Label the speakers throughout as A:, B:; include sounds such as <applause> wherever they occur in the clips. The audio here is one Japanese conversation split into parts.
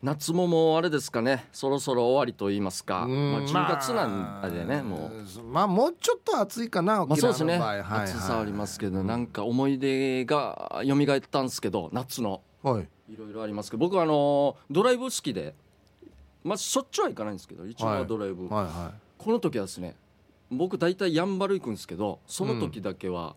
A: 夏ももうあれですかねそろそろ終わりと言いますか、
B: うん
A: まあ、10月なんあれでね、もう。
B: うまあもうちょっと暑いかな
A: まあ、
B: 沖
A: そう
B: 縄
A: です
B: の場
A: ね、
B: 合、はいはい、
A: 暑さありますけど、なんか思い出が蘇ったんですけど夏の
B: はい
A: いろいろありますけど僕はあのドライブ好きで、まあ、しょっちゅうは行かないんですけど一応はドライブ、
B: はいは
A: この時はですね僕大体やんばる行くんですけどその時だけは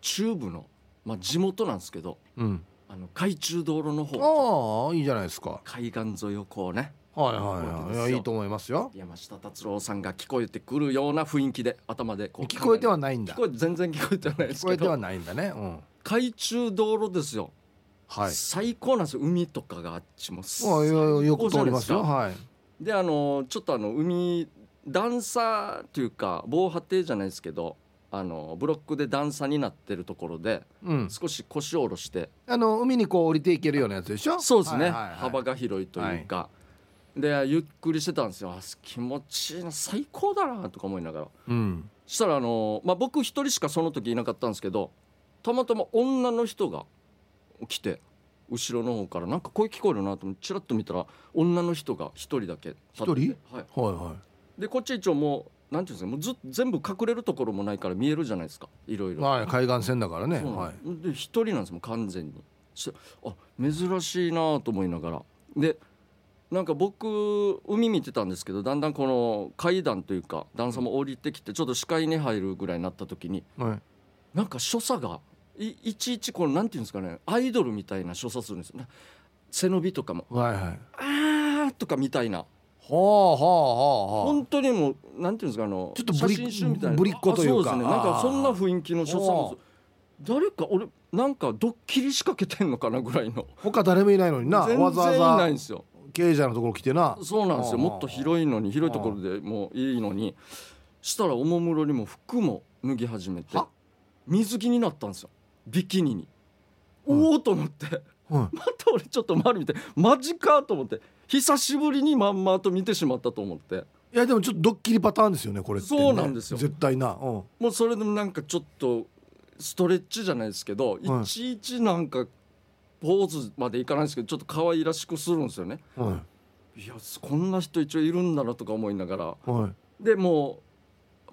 A: 中部の、まあ、地元なんですけど
B: いうん
A: あの海中道路の方
B: ああいいじゃないですか
A: 海岸沿いをこうね
B: はいはい
A: こうやってです
B: はいい
A: よ
B: やいいと思いますよ
A: 山下達郎さんが聞こえてくるような雰囲気で頭でこう
B: 聞こえては
A: 考
B: ないん
A: え
B: だ
A: 聞こえ全然聞こえてはないで
B: 聞
A: す
B: こ
A: け
B: えては
A: ど
B: ないんだねうん
A: 海中道路ですよ、
B: はい
A: 最高なんですよ海とかがあっちも
B: まあいやいやよく通ります
A: 最高じゃな
B: よ
A: いで
B: はい
A: であのちょっとあの海段差というか防波堤じゃないですけどあのブロックで段差になってるところで
B: うん
A: 少し腰を下ろして
B: あの海にこう降りていけるようなやつでしょ
A: そうですね、
B: はいはいはい
A: 幅が広いというか、でゆっくりしてたんですよあ気持ちいいな最高だなとか思いながら
B: うん
A: したらあの、まあ、僕一人しかその時いなかったんですけどたまたま女の人が来て後ろの方からなんか声聞こえるなと思ってチラッと見たら女の人が一人だけ立って
B: 一
A: はい、
B: はいは
A: でこっち一応もうなんていうんですかもうず全部隠れるところもないから見えるじゃないですかいろい
B: い
A: ろ。
B: はい海岸線だからね
A: そうな
B: は
A: んですで一人なんですもん完全にしてあ珍しいなと思いながらでなんか僕海見てたんですけどだんだんこの階段というか段差も降りてきてちょっと視界に入るぐらいになった時に
B: いはい
A: なんか所作がいいちいちこのなんていうんですかねアイドルみたいな所作するんですよな背伸びとかも
B: はいはい
A: 「あー」とかみたいな
B: ほうほうほうほう
A: 本当にもうなんていうんですかあの
B: ちょっとブリ
A: 写真集みたいな
B: ブリッコとい
A: あそ
B: うか
A: うですねなん
B: あ
A: か
B: ー
A: そんな雰囲気の所作も誰か俺なんかドッキリ仕掛けてんのかなぐらいの
B: 他誰もいないのにな
A: 全
B: わざ
A: 然いな
B: わ
A: いん
B: ざ
A: ですよ
B: 経営者のところ来てな
A: そうなんですよ
B: あー
A: もっと広いのに広いところでもういいのにしたらおもむろにも服も脱ぎ始めて
B: は
A: 水着になったんですよビキニに
B: うん
A: おおと思って
B: うん
A: また俺ちょっと周り見てマジかと思って久しぶりにまんまと見てしまったと思って
B: いやでもちょっとドッキリパターンですよねこれってね
A: そうなんですよ
B: 絶対なうん
A: もうそれでもなんかちょっとストレッチじゃないですけど、
B: はい
A: いちいちなんかポーズまでいかないんですけどちょっと可愛らしくするんですよね
B: はい
A: やこんな人一応いるんだなとか思いながら
B: いはい
A: でも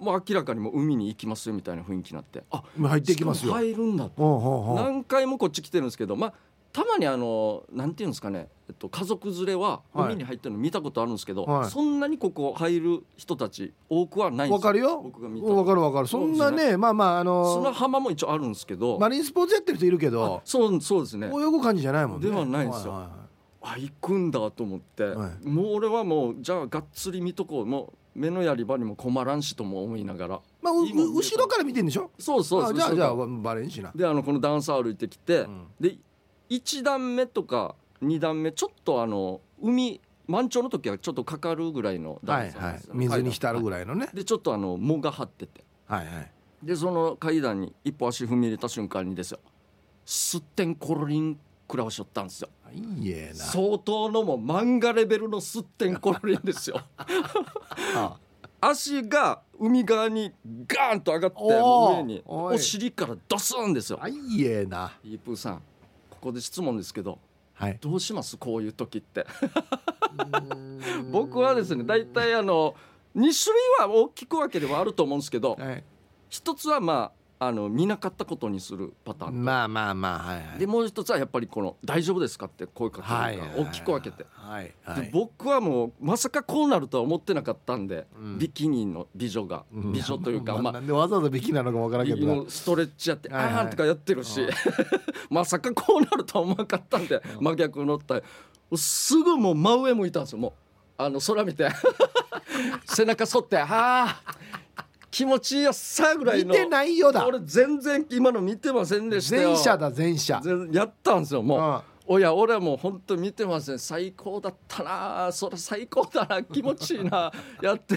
A: うもう明らかにもう海に行きますよみたいな雰囲気になってあ
B: 今入っていきますよ
A: しかも入るんだ
B: うんうんうん
A: 何回もこっち来てるんですけどまあたまにあのなんていうんですかね、えっと、家族連れは
B: はい
A: 海に入ってるの見たことあるんですけど、
B: はい
A: そんなにここ入る人たち多くはないんです
B: わかるよ
A: 僕が見た
B: わかるわかるそんな
A: そうで
B: ねまあまああ
A: 砂
B: の
A: 浜も一応あるんですけど、
B: マリンスポーツやってる人いるけ
A: あ
B: ど
A: そうそうですね
B: 泳ぐ感じじゃないもんね
A: ではないですよ
B: は
A: あ行くんだと思って、
B: はい
A: もう俺はもうじゃあがっつり見とこうもう目のやり場にも困らんしとも思いながら
B: まあう
A: いいもん見えた
B: 後ろから見てんでしょ
A: そうそう
B: あ
A: そう
B: じゃあじゃあ
A: そう
B: バレんしな
A: であのこの段差歩いてきて、
B: うん
A: で1段目とか2段目ちょっとあの海満潮の時はちょっとかかるぐらいの
B: は
A: 段
B: い
A: 差なん
B: は
A: で
B: い
A: すよね、
B: 水に浸る
A: 階段
B: ぐらいのね
A: でちょっとあの藻が張ってて
B: はいはい
A: でその階段に一歩足踏み入れた瞬間にですよすってんころりん食らわしよったんですよ
B: あいいえな
A: 相当のもう漫画レベルのすってんころりんです
B: <laughs>
A: よ
B: あ
A: 足が海側にガーンと上がって
B: おー
A: もう上に
B: おい
A: お尻からドスンですよ
B: あいいえな
A: イープーさんここで質問ですけど
B: はい
A: どうしますこういう時って <laughs> 僕はですね大体あの2種類は大きく分けではあると思うんですけど
B: はい
A: 一つはまああの見なかったことにするパターン
B: まあまあまあはいはい
A: でもう一つはやっぱりこの「大丈夫ですか?」って声か
B: は
A: け
B: い
A: る
B: は
A: と
B: い
A: か
B: はい
A: 大きく分けて
B: はいは
A: で
B: い
A: 僕はもうまさかこうなるとは思ってなかったんで、
B: うん
A: ビキニの美女が
B: うん
A: 美女と
B: <laughs>
A: いうか、
B: な
A: ま
B: な
A: あ
B: んでわざわざビキニなのかわからんけどな
A: のストレッチやって「
B: はいはい
A: あー」とかやってるし、
B: うん
A: <laughs> まさかこうなるとは思わなかったんで、真逆のったすぐもう真上向いたんですよもうあの空見て <laughs> 背中反って「あー気持ちいいよさ」ぐらい
B: 見
A: の
B: てないよだ
A: 俺全然今の見てませんでしたよ
B: 前者だ前者
A: 全やったんですよもう。
B: うん
A: おや俺はもう本当見てません最高だったなそれ最高だな気持ちいいな <laughs> やって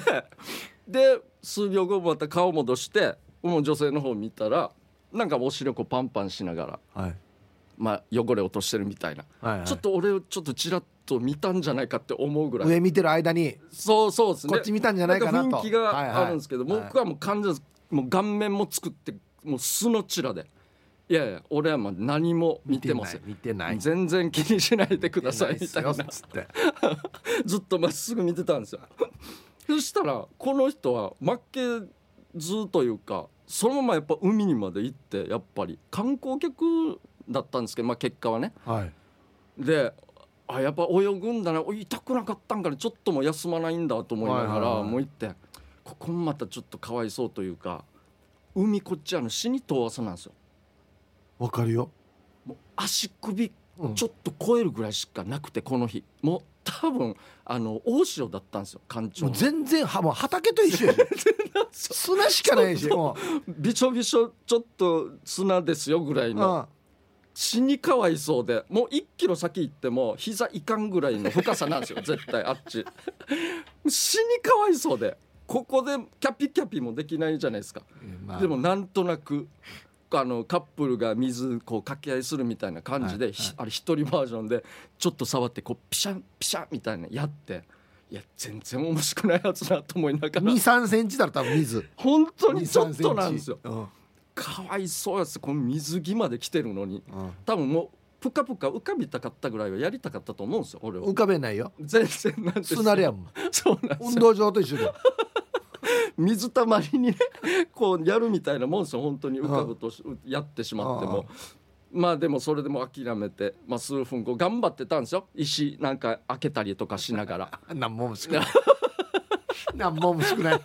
A: で数秒後また顔戻してもう女性の方見たらなんかお尻をこうパンパンしながら、
B: はい
A: まあ、汚れ落としてるみたいな、
B: はいはい
A: ちょっと俺をちょっとちらっと見たんじゃないかって思うぐらい
B: 上見てる間に
A: そうそうですね
B: こっち見たんじゃないかなと
A: ん雰囲気
B: はいはい
A: があるんですけど、僕はもう完全にもう顔面も作ってもう素のちらでいやいや俺はもう何も見てません
B: 見てない見てな
A: 全
B: い
A: 然気にしないでくださいみたいな
B: 見てないっすよつって
A: <laughs> ずっとまっすぐ見てたんですよ <laughs> そしたらこの人は負けずというかそのままやっぱ海にまで行ってやっぱり観光客だったんですけど、まあ、結果はね
B: はい
A: であやっぱ泳ぐんだなお痛くなかったんかなちょっとも休まないんだと思いなが
B: はいはい
A: ら
B: はい
A: もう行ってここもまたちょっとかわいそうというか海こっちあの死に遠浅なんですよ
B: わかるよ
A: もう足首
B: うん
A: ちょっと超えるぐらいしかなくてこの日もう多分あの大潮だったんですよ干潮
B: もう
A: の
B: 全然はもう畑と一緒やし砂しかないしも
A: びしょびしょちょっと砂ですよぐらいうの
B: うん
A: 死にかわいそうでもう1キロ先行っても膝いかんぐらいの <laughs> 深さなんですよ絶対あっ <laughs> ち死にかわいそうでここでキャピキャピもできないじゃないですか
B: まあ
A: でもなんとなくあのカップルが水こう掛け合いするみたいな感じで、
B: はい
A: ひ
B: はい
A: あれ一人バージョンでちょっと触ってこうピシャンピシャンみたいなやっていや全然面白くないやつだと思いながら
B: 二三センチだろ多分水
A: 本当に
B: 二
A: ちょっ
B: 三センチ
A: となんですよ
B: うん
A: かわいそうやつこの水着まで着てるのに
B: うん
A: 多分もうぷかぷか浮かびたかったぐらいはやりたかったと思うんですよ俺は
B: 浮かべないよ
A: 全然なんですよ
B: 砂りゃもう
A: そうなんです
B: 運
A: よ
B: 動場と一緒だ
A: 水たまりにね <laughs> こうやるみたいなもんですよ本当に浮かぶとしやってしまってもまあでもそれでも諦めて、まあ、数分後頑張ってたんですよ石なんか開けたりとかしなが
B: <laughs>
A: ら
B: <laughs> 何も面白く
A: <laughs>
B: ない何も面白 <laughs> くない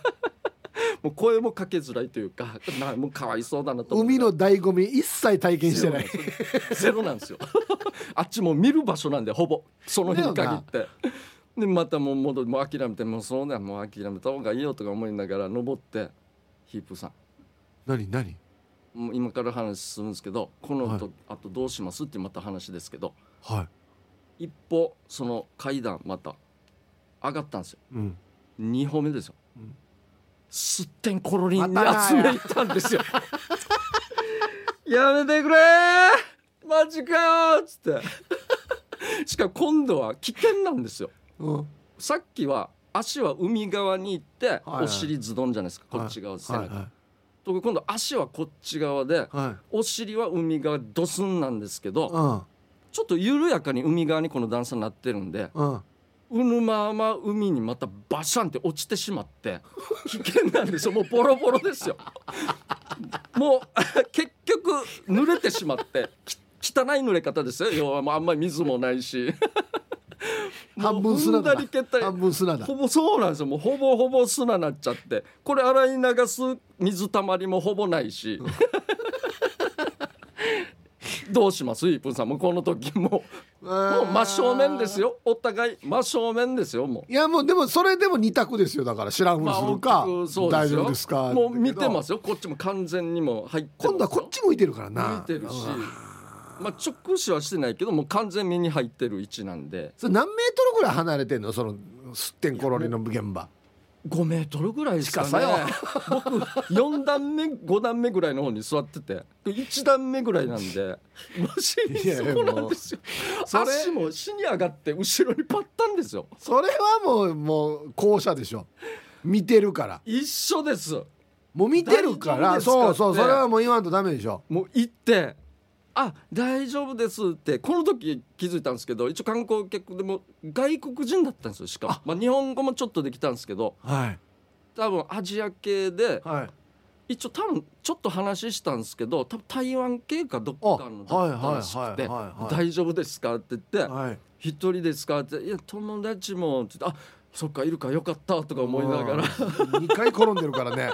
A: もう声もかけづらいというかなもうかわいそうだなと思って
B: 海の醍醐味一切体験してない
A: ゼロなんですよあっちもう見る場所なんでほぼその日に限ってでまたもう戻りもう諦めてもうそうだよもう諦めた方がいいよとか思いながら登ってヒープーさん
B: 何何
A: もう今から話するんですけどこの後、
B: は
A: あとどうしますってまた話ですけど
B: は
A: 一歩その階段また上がったんですよ
B: いうん
A: 2歩目ですよ、
B: うん
A: すってんころりんに
B: またか
A: 集めたんですよやめてくれーマジかよーっつってしかも今度は危険なんですよ
B: うん
A: さっきは足は海側に行って、
B: はい
A: お尻ズドンじゃないですかこっち側ですね、
B: はいは
A: ところが今度足はこっち側で
B: いはい
A: お尻は海側ドスンなんですけど
B: うん
A: ちょっと緩やかに海側にこの段差になってるんで
B: うん
A: うぬまま海にまたバシャンって落ちてしまって危険なんですよもうボロボロですよもう <laughs> 結局濡れてしまってき汚い濡れ方ですよ要はもうあんまり水もないしもう
B: 半分砂
A: 踏
B: だ
A: んだり蹴ったり
B: 半分砂だ
A: ほぼそうなんですよもうほぼほぼ砂なっちゃってこれ洗い流す水たまりもほぼないし、 <laughs> どうしますイープンさんもこの時もうも
B: も
A: う真正面ですよお互い真正面ですよも
B: いやもうでもそれでも二択ですよだから知らん
A: う、
B: ふりする
A: 大
B: か
A: きくそう
B: 大丈夫ですか
A: もう見てますすよこっちも完全にもう入ってますよ
B: 今度はこっち向いてるからな
A: 見てるし
B: うん
A: まあ直視はしてないけどもう完全に目に入ってる位置なんで
B: それ何メートルぐらい離れてんのそのすってんころりの現場
A: 5メートルぐらいですかね
B: 近さよ
A: 僕4段目5段目ぐらいの方に座ってて1段目ぐらいなんでマジに
B: いやいや
A: そうなんですよ
B: それ
A: 足も死に上がって後ろにパッタンですよ
B: それはもうもう校舎でしょ見てるから
A: 一緒です
B: もう見てるから
A: 大丈
B: そ
A: 夫ですかって
B: うそうそれはもう言わんとダメでしょ
A: もう行って「あ大丈夫です」ってこの時気づいたんですけど一応観光客でも外国人だったんですよしかもまあ、日本語もちょっとできたんですけど
B: はい
A: 多分アジア系で
B: はい
A: 一応多分ちょっと話したんですけど多分台湾系かどっ
B: あ
A: かのだったらしくて
B: はいはいはいはいはい
A: 大丈夫ですか?」って言って
B: はい
A: 「一人ですか?」って「いや友達も」って言って「あそっかいるかよかった」とか思いながら
B: 2回転んでるから
A: <laughs>
B: ね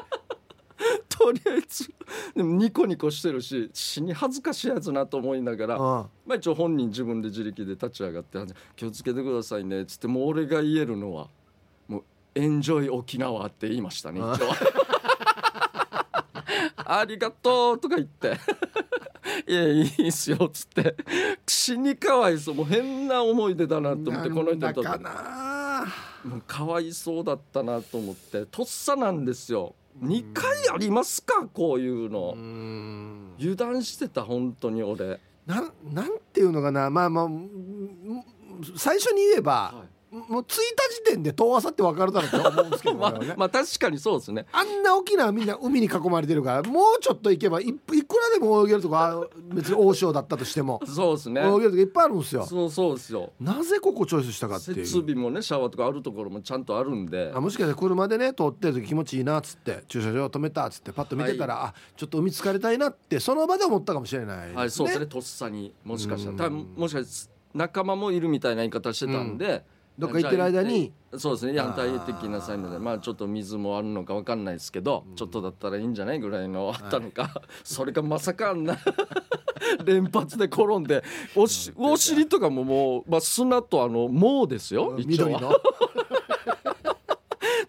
A: とりあえずでもニコニコしてるし死に恥ずかしいやつなと思いながら。
B: うん
A: まあ、一応本人自分で自力で立ち上がって「気をつけてくださいね」っつってもう俺が言えるのは「もうエンジョイ沖縄」って言いましたね一応。 <laughs> ありがとうとか言って <laughs> 「いやいいっすよ」っつって死にかわいそうもう変な思い出だなと思ってこの人にとって
B: なんだか
A: もうかわいそうだったなと思ってとっさなんですよ2回ありますかこういう
B: なう
A: の
B: ん
A: 油断してた本当に俺
B: なんなんていうのかなまあまあうん最初に言えば、
A: は
B: うんもう着いた時点で遠浅って分かるだろうと思うんですけ
A: <laughs>
B: ど、
A: ま
B: 我々ね
A: あ、まあ確かにそうですね
B: あんな沖縄みんな海に囲まれてるからもうちょっと行けばいいくらでも泳げるとか別に大潮だったとしても
A: そうですね
B: 泳げるとかいっぱいあるんですよ
A: そうそうですよ
B: なぜここチョイスしたかってい
A: 設
B: う
A: 備もねシャワーとかあるところもちゃんとあるんで
B: あもしかして車でね通ってる時気持ちいいなっつって駐車場止めたっつってパッと見てたら、あちょっと海疲れたいなってその場で思ったかもしれない
A: はい、そうです
B: ね
A: ねとっさにもしかしたら
B: うん
A: 多分もしかしたら仲間もいるみたいな言い方してたんで、
B: どっか行ってる間に
A: そうですね反対的なサインでまあちょっと水もあるのかわかんないですけど、ちょっとだったらいいんじゃないぐらいのあったのか、
B: <laughs>
A: それがまさかあんな <laughs> 連発で転んでおしお尻とかももう、まあ、砂とあの毛ですよ一応
B: 緑
A: は
B: の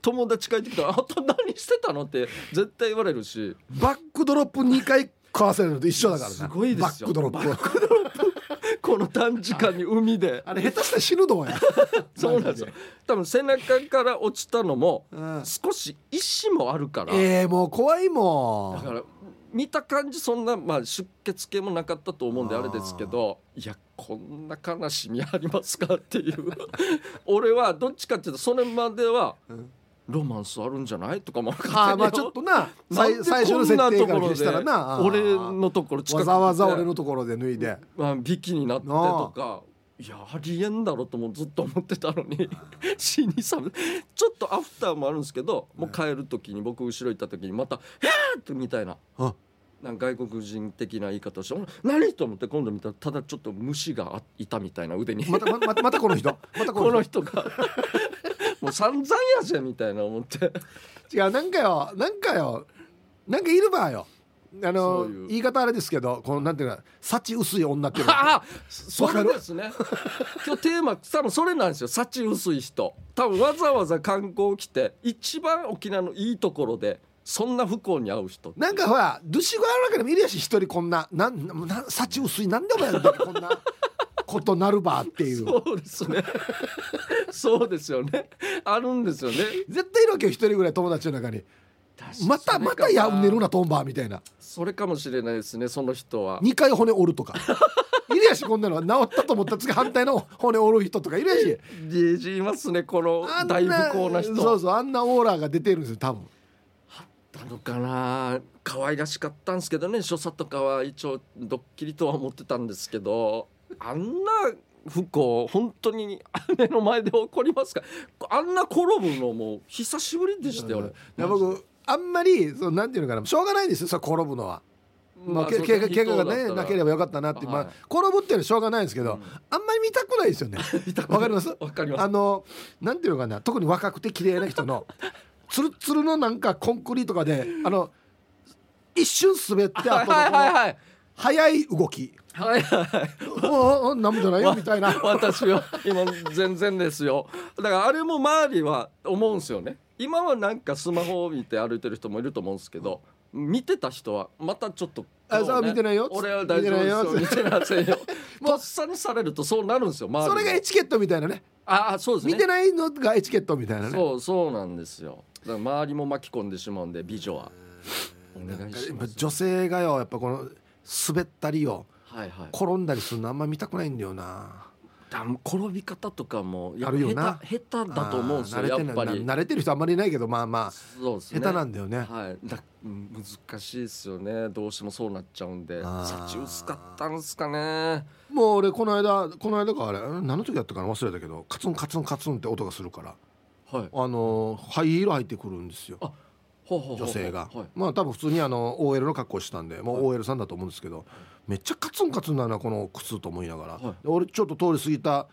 A: 友達帰ってきたら「あんた何してたの?」って絶対言われるし
B: バックドロップ2回かわせるのと一緒だからな
A: すごいですよ
B: バックドロップ
A: この短時間に海で
B: <laughs> あれ下手したら死ぬど
A: <laughs>
B: うや
A: そうなんですよ多分背中から落ちたのも
B: うん
A: 少し石もあるから、
B: えー、もう怖い
A: だ
B: も
A: か
B: ん
A: ら見た感じそんな、まあ、出血系もなかったと思うんで
B: あ
A: あ
B: ー
A: れですけどいやこんな悲しみありますかっていう <laughs> 俺はどっちかっていうとそれまでは
B: うん
A: ロマンスあるんじゃないとかも
B: あーまあちょっとな
A: なん
B: 最
A: で
B: 最初の設定から
A: こんなところ
B: したらなあー
A: 俺のところ近く
B: わ
A: て
B: ざわざ俺のところで脱いで
A: まあ、ビキになってとかいやありえんだろともずっと思ってたのに死にさめちょっとアフターもあるんですけどもう帰る時に僕後ろ行った時にまた「えっ!」ってみたいな
B: あ
A: なんか外国人的な言い方をして「何?」と思って今度見たらただちょっと虫があいたみたいな腕に。
B: またまままたこの人また
A: こ
B: こ
A: の
B: の人
A: 人が <laughs> もう散々やじゃんみたいな思って
B: 違うなんかよなんかよなんかいるばよあ
A: そ
B: の
A: ういう
B: 言い方あれですけどこのなんていうか幸薄い
A: <laughs>
B: 女っていうの
A: ああそれですね今日テーマ多分それなんですよ幸薄い人多分わざわざ観光来て一番沖縄のいいところでそんな不幸に遭う人
B: なんかほら、ドゥシゴアの中でもいるやし、一人こんな、なん、なん、幸薄い、なんでお前らだけこんな。ことなるばっていう。
A: そうです
B: <laughs>
A: ねそうですよねあるんですよね
B: 絶対いるわけよ、一人ぐらい友達の中に。ま
A: そ
B: た、
A: れかな
B: またやんねるな、トンバーみたいな。
A: それかもしれないですねその人は
B: 二回骨折るとか。いるやし、こんなの、治ったと思ったら次反対の骨折る人とかいるやし。
A: じじいますねこの
B: あん
A: 大不幸な人
B: そうそう、あんなオーラが出てるんですよ、多分。
A: なのかな可愛らしかったんですけどね所作とかは一応ドッキリとは思ってたんですけどあんな不幸本当に姉の前で起こりますかあんな転ぶのもう久しぶりでしたよ俺
B: いや、僕、あんまり、その、なんていうのかな、しょうがないんですよ、それ転ぶのは。まあ、けけが怪我がねなけれ
A: ば
B: ばよかったなって、まあ
A: はい
B: 転ぶっていうのはしょうがないんですけど、
A: うん
B: あんまり見たくないで
A: <laughs>
B: すよねわかります
A: わかります
B: あのなんていうのかな特に若くて綺麗な人のつるつるのなんかコンクリートとかであの一瞬滑って
A: は
B: あ
A: い
B: との
A: はい
B: この
A: はい
B: 速い動き
A: <laughs> はいはいはい
B: おおおなんもじゃないよみたいな <laughs>
A: 私は今全然ですよだからあれも周りは思うんですよね今はなんかスマホを見て歩いてる人もいると思うんですけど見てた人はまたちょっと
B: あそう見てないよ
A: 俺は大丈夫ですよ見てませんよ
B: <laughs> も
A: とっさにされるとそうなるんですよ周り
B: それがエチケットみたいなね
A: ああそうですね
B: 見てないのがエチケットみたいなね
A: そうそうなんですよだから周りも巻き込んでしまうんで美女はお願いし
B: やっ
A: ま
B: ぱ
A: す
B: 女性がよやっぱこの滑ったりよ
A: はいはい
B: 転んだりするのあんま見たくないんだよな
A: だ転び方とかもやっぱ
B: あるよな
A: 下手下手だと思うんです
B: あ
A: よ
B: ー慣れ
A: や
B: て
A: っ
B: ない
A: ぱ
B: な
A: り
B: 慣れてる人あんまりいないけどまあまあ
A: そうです
B: 下
A: ね
B: 手なんだよね
A: はい、だうん難しいですよねどうしてもそうなっちゃうんで
B: あー
A: 幸薄かったんすかね
B: もう俺この間この間かあれん何の時だったかな忘れたけどカツンカツンカツンって音がするから
A: はい
B: あのーハイヒール入ってくるんですよ
A: あほうほうほうほう
B: 女性が
A: はい、
B: まあ多分普通にあの OL の格好してたんでもう OL さんだと思うんですけどめっちゃカツンカツンだなこの靴と思いながら
A: はい
B: で俺ちょっと通り過ぎた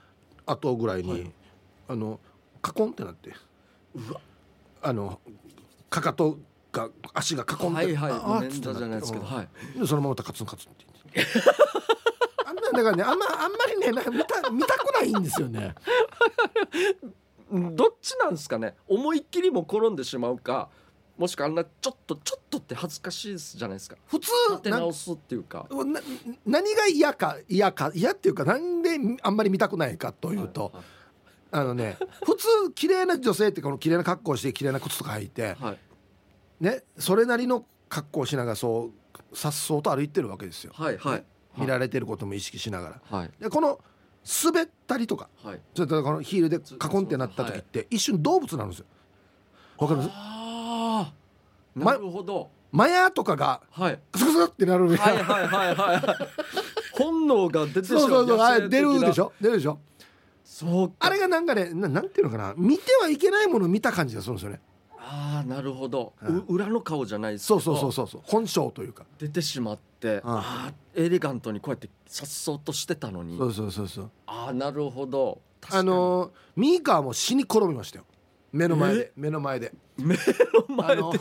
B: 後ぐらい
A: は
B: に
A: い
B: あのカコンってなって
A: うわ
B: あのかかとが足がカコンっ
A: はい
B: て
A: はい
B: あ
A: ご
B: あ
A: め
B: っ
A: ん
B: つって
A: な
B: なっ
A: じゃ
B: て
A: ないですけど
B: うん
A: はい
B: でそのまままたカツンカツンって言って <laughs> あんなだからねあんまあんまりねなんか見た見たくないんですよね
A: うんどっちなんですかね思いっきりも転んでしまうかもしくはあんなちょっとちょっとって恥ずかしいじゃないですか
B: 普通
A: 立て
B: なん
A: 直すっていうか
B: な何が嫌か嫌か嫌っていうかなんであんまり見たくないかというと、
A: はい
B: あのね普通綺麗な女性ってこの綺麗な格好をして綺麗な靴とか履いて、
A: はい
B: ね、それなりの格好をしながらそう颯爽と歩いてるわけですよ
A: はいはい
B: 見られてることも意識しながら
A: はい
B: でこの滑ったりとか
A: はい
B: それとこのヒールでカコンってなった時って一瞬動物になるんですよわかります
A: ああ
B: ま
A: なるほど、
B: マヤとかが
A: はい、
B: クスクスってなる
A: は
B: みたい
A: い
B: な
A: はいはいはい本能が出てしま
B: そうそうそうあ
A: 野生
B: れ出
A: 的な
B: るでしょ出るでしょ
A: そうか
B: あれがなんかねななんていうのかな見てはいけないものを見た感じがするんですよね
A: ああなるほど、
B: うん
A: う裏の顔じゃないですけ
B: そ
A: ど
B: うそうそうそうそう本性というか
A: 出てしまって、ああエレガントにこうやってさっそうとしてたのに
B: そうそうそうそう
A: ああなるほど確かに
B: あのーミーカーも死に転びましたよ目の前で目の前で
A: 目の前
B: あ
A: で
B: の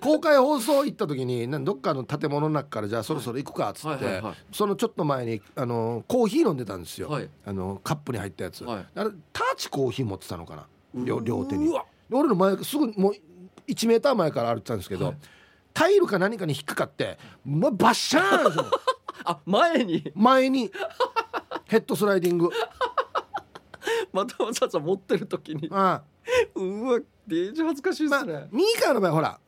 B: 公開放送行った時になんどっかの建物の中からじゃあそろそろ行くかっつっ
A: はいは
B: て
A: いはい
B: そのちょっと前にあのコーヒー飲んでたんですよ、
A: はい
B: あのカップに入ったやつ、
A: はい
B: あれタッチコーヒー持ってたのかな両両手に
A: うわ
B: で俺の前すぐもう1メーター前から歩いてたんですけど、
A: はい
B: タイルか何かに引っかかってもうバッシャーンですよ
A: <laughs> あ前に <laughs>
B: 前にヘッドスライディング
A: またわざわざ持ってる時に
B: ああ
A: うわデージ恥ずかしいで
B: まあ
A: すね、
B: ミーカーの場合ほら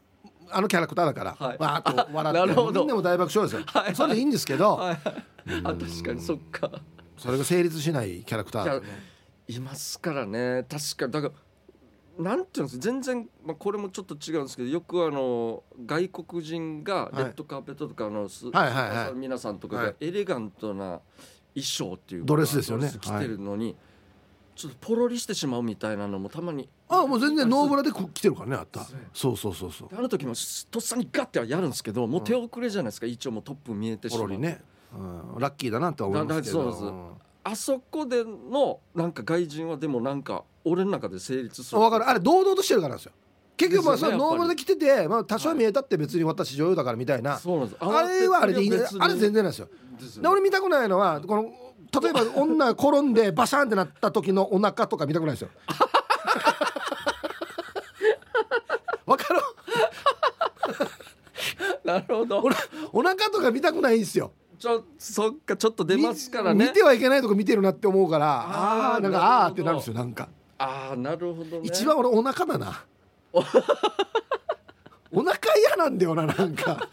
B: あのキャラクターだから、
A: はい
B: わーっと
A: <laughs> あな
B: 笑
A: る
B: って
A: ほど
B: みんなも大爆笑ですよ、
A: <laughs> はいはい
B: それでいいんですけど、
A: はいあ確かにそっか
B: それが成立しないキャラクターだよね
A: いますからね確かにだからなんていうんですか全然、まあ、これもちょっと違うんですけどよくあの外国人が
B: い
A: レッドカーペットとかあの、す
B: はいはいはい
A: 皆さんとか
B: は
A: が
B: い
A: エレガントな衣装っていうか
B: ドレスですよね
A: ドレス着てるのに、ちょっとポロリしてしまうみたいなのもたまに
B: あもう全然ノーブラでこ来てるからねあった
A: そう
B: そうそうそうそう
A: あの時もとっさにガッてはやるんですけどもう手遅れじゃないですか、一応もうトップ見えてし
B: ポ
A: ま
B: ロ
A: う
B: リね、うん、ラッキーだなとは思いますけ
A: だ
B: ど
A: だそうあそこでのなんか外人はでもなんか俺の中で成立す
B: うん
A: る
B: わかるあれ堂々としてるからなんですよ結局まあ
A: です
B: そ
A: よね
B: れノーブラで来てて、まあ、多
A: は
B: 少
A: い
B: 見えたって別に私女優だからみたいな、
A: そうなんです
B: あれはあれでいいね
A: 別に
B: あれ全然なんですよ
A: ですよ
B: で
A: ね
B: 俺見たくないのはこの例えば女が転んでバシャンってなった時のお腹とか見たくないですよわかる
A: なるほど
B: 俺お腹とか見たくないんですよ
A: ちょそっかちょっと出ますからね
B: 見てはいけないとこ見てるなって思うから
A: あー
B: ああーなん
A: なるほど
B: かあーってなるんですよなんか、
A: ああなるほどね
B: 一番俺お腹
A: <laughs>
B: だなお腹嫌なんだよななんか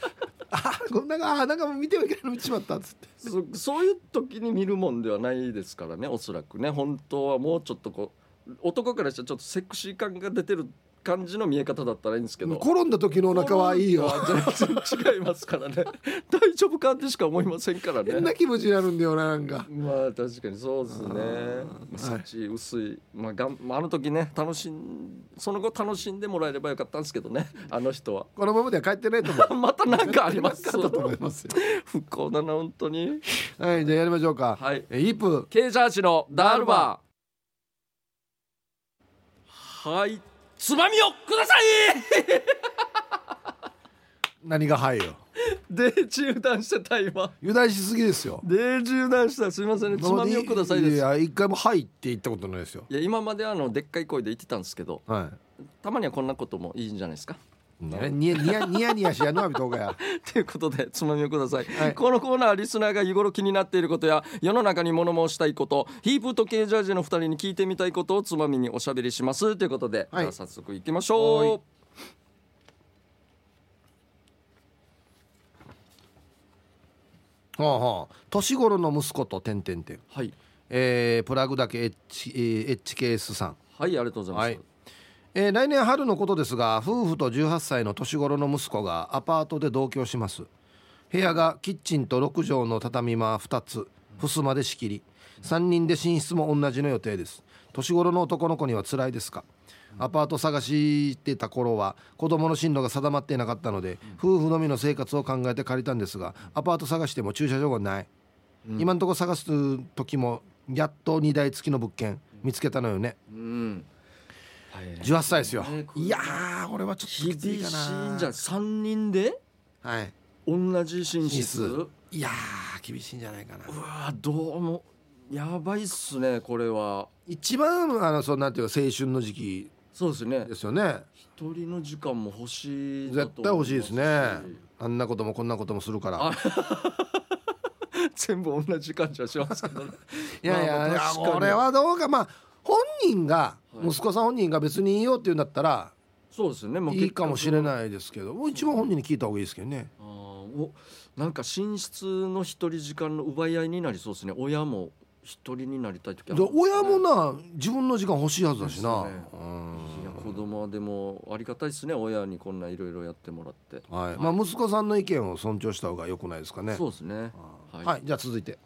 B: あーこんなあーなんかもう見てはいけないの見てしまったっつって
A: そそういう時に見るもんではないですからねおそらくね本当はもうちょっとこう男からしたらちょっとセクシー感が出てる感じの見え方だったらいいんですけど
B: 転んだ時のお腹はいいよ
A: 全然違いますからね <laughs> 大丈夫かってしか思いませんから
B: 変な
A: ね
B: 気持ちになるんだよななんか
A: まあ確かにそうですね
B: あー
A: まあ幸薄い、まあ、がんまああの時ね楽しんその後楽しんでもらえればよかったんですけどねあの人は
B: このままでは帰ってないと思
A: <laughs>
B: う
A: またなんかあります
B: かったと思いますよ
A: 不幸だな本当に
B: はいじゃあやりましょうか、
A: はい
B: えイープ
A: ケージャージのダールバーはいつまみをください
B: 何が入るよ
A: <laughs> で中断してた今
B: 油断しすぎですよ
A: で中断したすみませんねつまみをくださいです
B: い
A: い
B: や一回も「はい」って言ったことないですよ
A: や今まであのでっかい声で言ってたんですけど
B: は
A: たまにはこんなこともいいんじゃないですか
B: いねニヤニヤニヤニヤしやのわびとうかや
A: ということでつまみをください、
B: はい
A: このコーナーはリスナーが日頃気になっていることや世の中に物申したいことヒープとケージャージの2人に聞いてみたいことをつまみにおしゃべりしますということで、
B: はい
A: では早速いきましょう
B: ほうほう年頃の息子と点々点
A: はい
B: えープラグだけ H えー HKS さん
A: はいありがとうございます、
B: はいえー来年春のことですが夫婦と18歳の年頃の息子がアパートで同居します部屋がキッチンと6畳の畳間2つ襖で仕切り3人で寝室も同じの予定です年頃の男の子には辛いですかアパート探してた頃は子供の進路が定まっていなかったので夫婦のみの生活を考えて借りたんですがアパート探しても駐車場がない今のところ探す時もやっと2台付きの物件見つけたのよね
A: うんはい
B: 18歳ですよ
A: ねこれ
B: いやー俺はちょっと
A: 厳
B: きつ
A: しい
B: い
A: んじ
B: かな
A: ゃん3人で
B: はい
A: 同じ寝
B: 品
A: 室
B: 質
A: う
B: いやー厳しいんじゃないかな
A: わーどうもやばいっすねこれは
B: 一番あのそうなんていうか青春の時期
A: そうですね
B: ですよね
A: 一人の時間も欲しいだ
B: 絶
A: と
B: 対欲しいですね
A: 思いますし
B: あんなこともこんなこともするから
A: 全部同じ感じはしますけどね
B: <laughs> いやいや、
A: まあ
B: いや
A: 確かに
B: これはどうかまあ本人が、
A: はい
B: 息子さん本人が別にいいよって言うんだったら
A: そうですねもう
B: いいかもしれ
A: い
B: ないですけどもう一番本人に聞いた方がいいですけどね
A: あーおなんか寝室の一人時間の奪い合いになりそうですね親も一人になりたい時あ
B: で
A: るんですね
B: 親もな自分の時間欲しいはずだしな、
A: ですね
B: うん
A: いや子供はでもありがたいですね親にこんないろいろやってもらって、
B: はいまあ、息子さんの意見を尊重した方が良くないですかね
A: そうですね
B: は、
A: はいい、
B: じゃあ続いて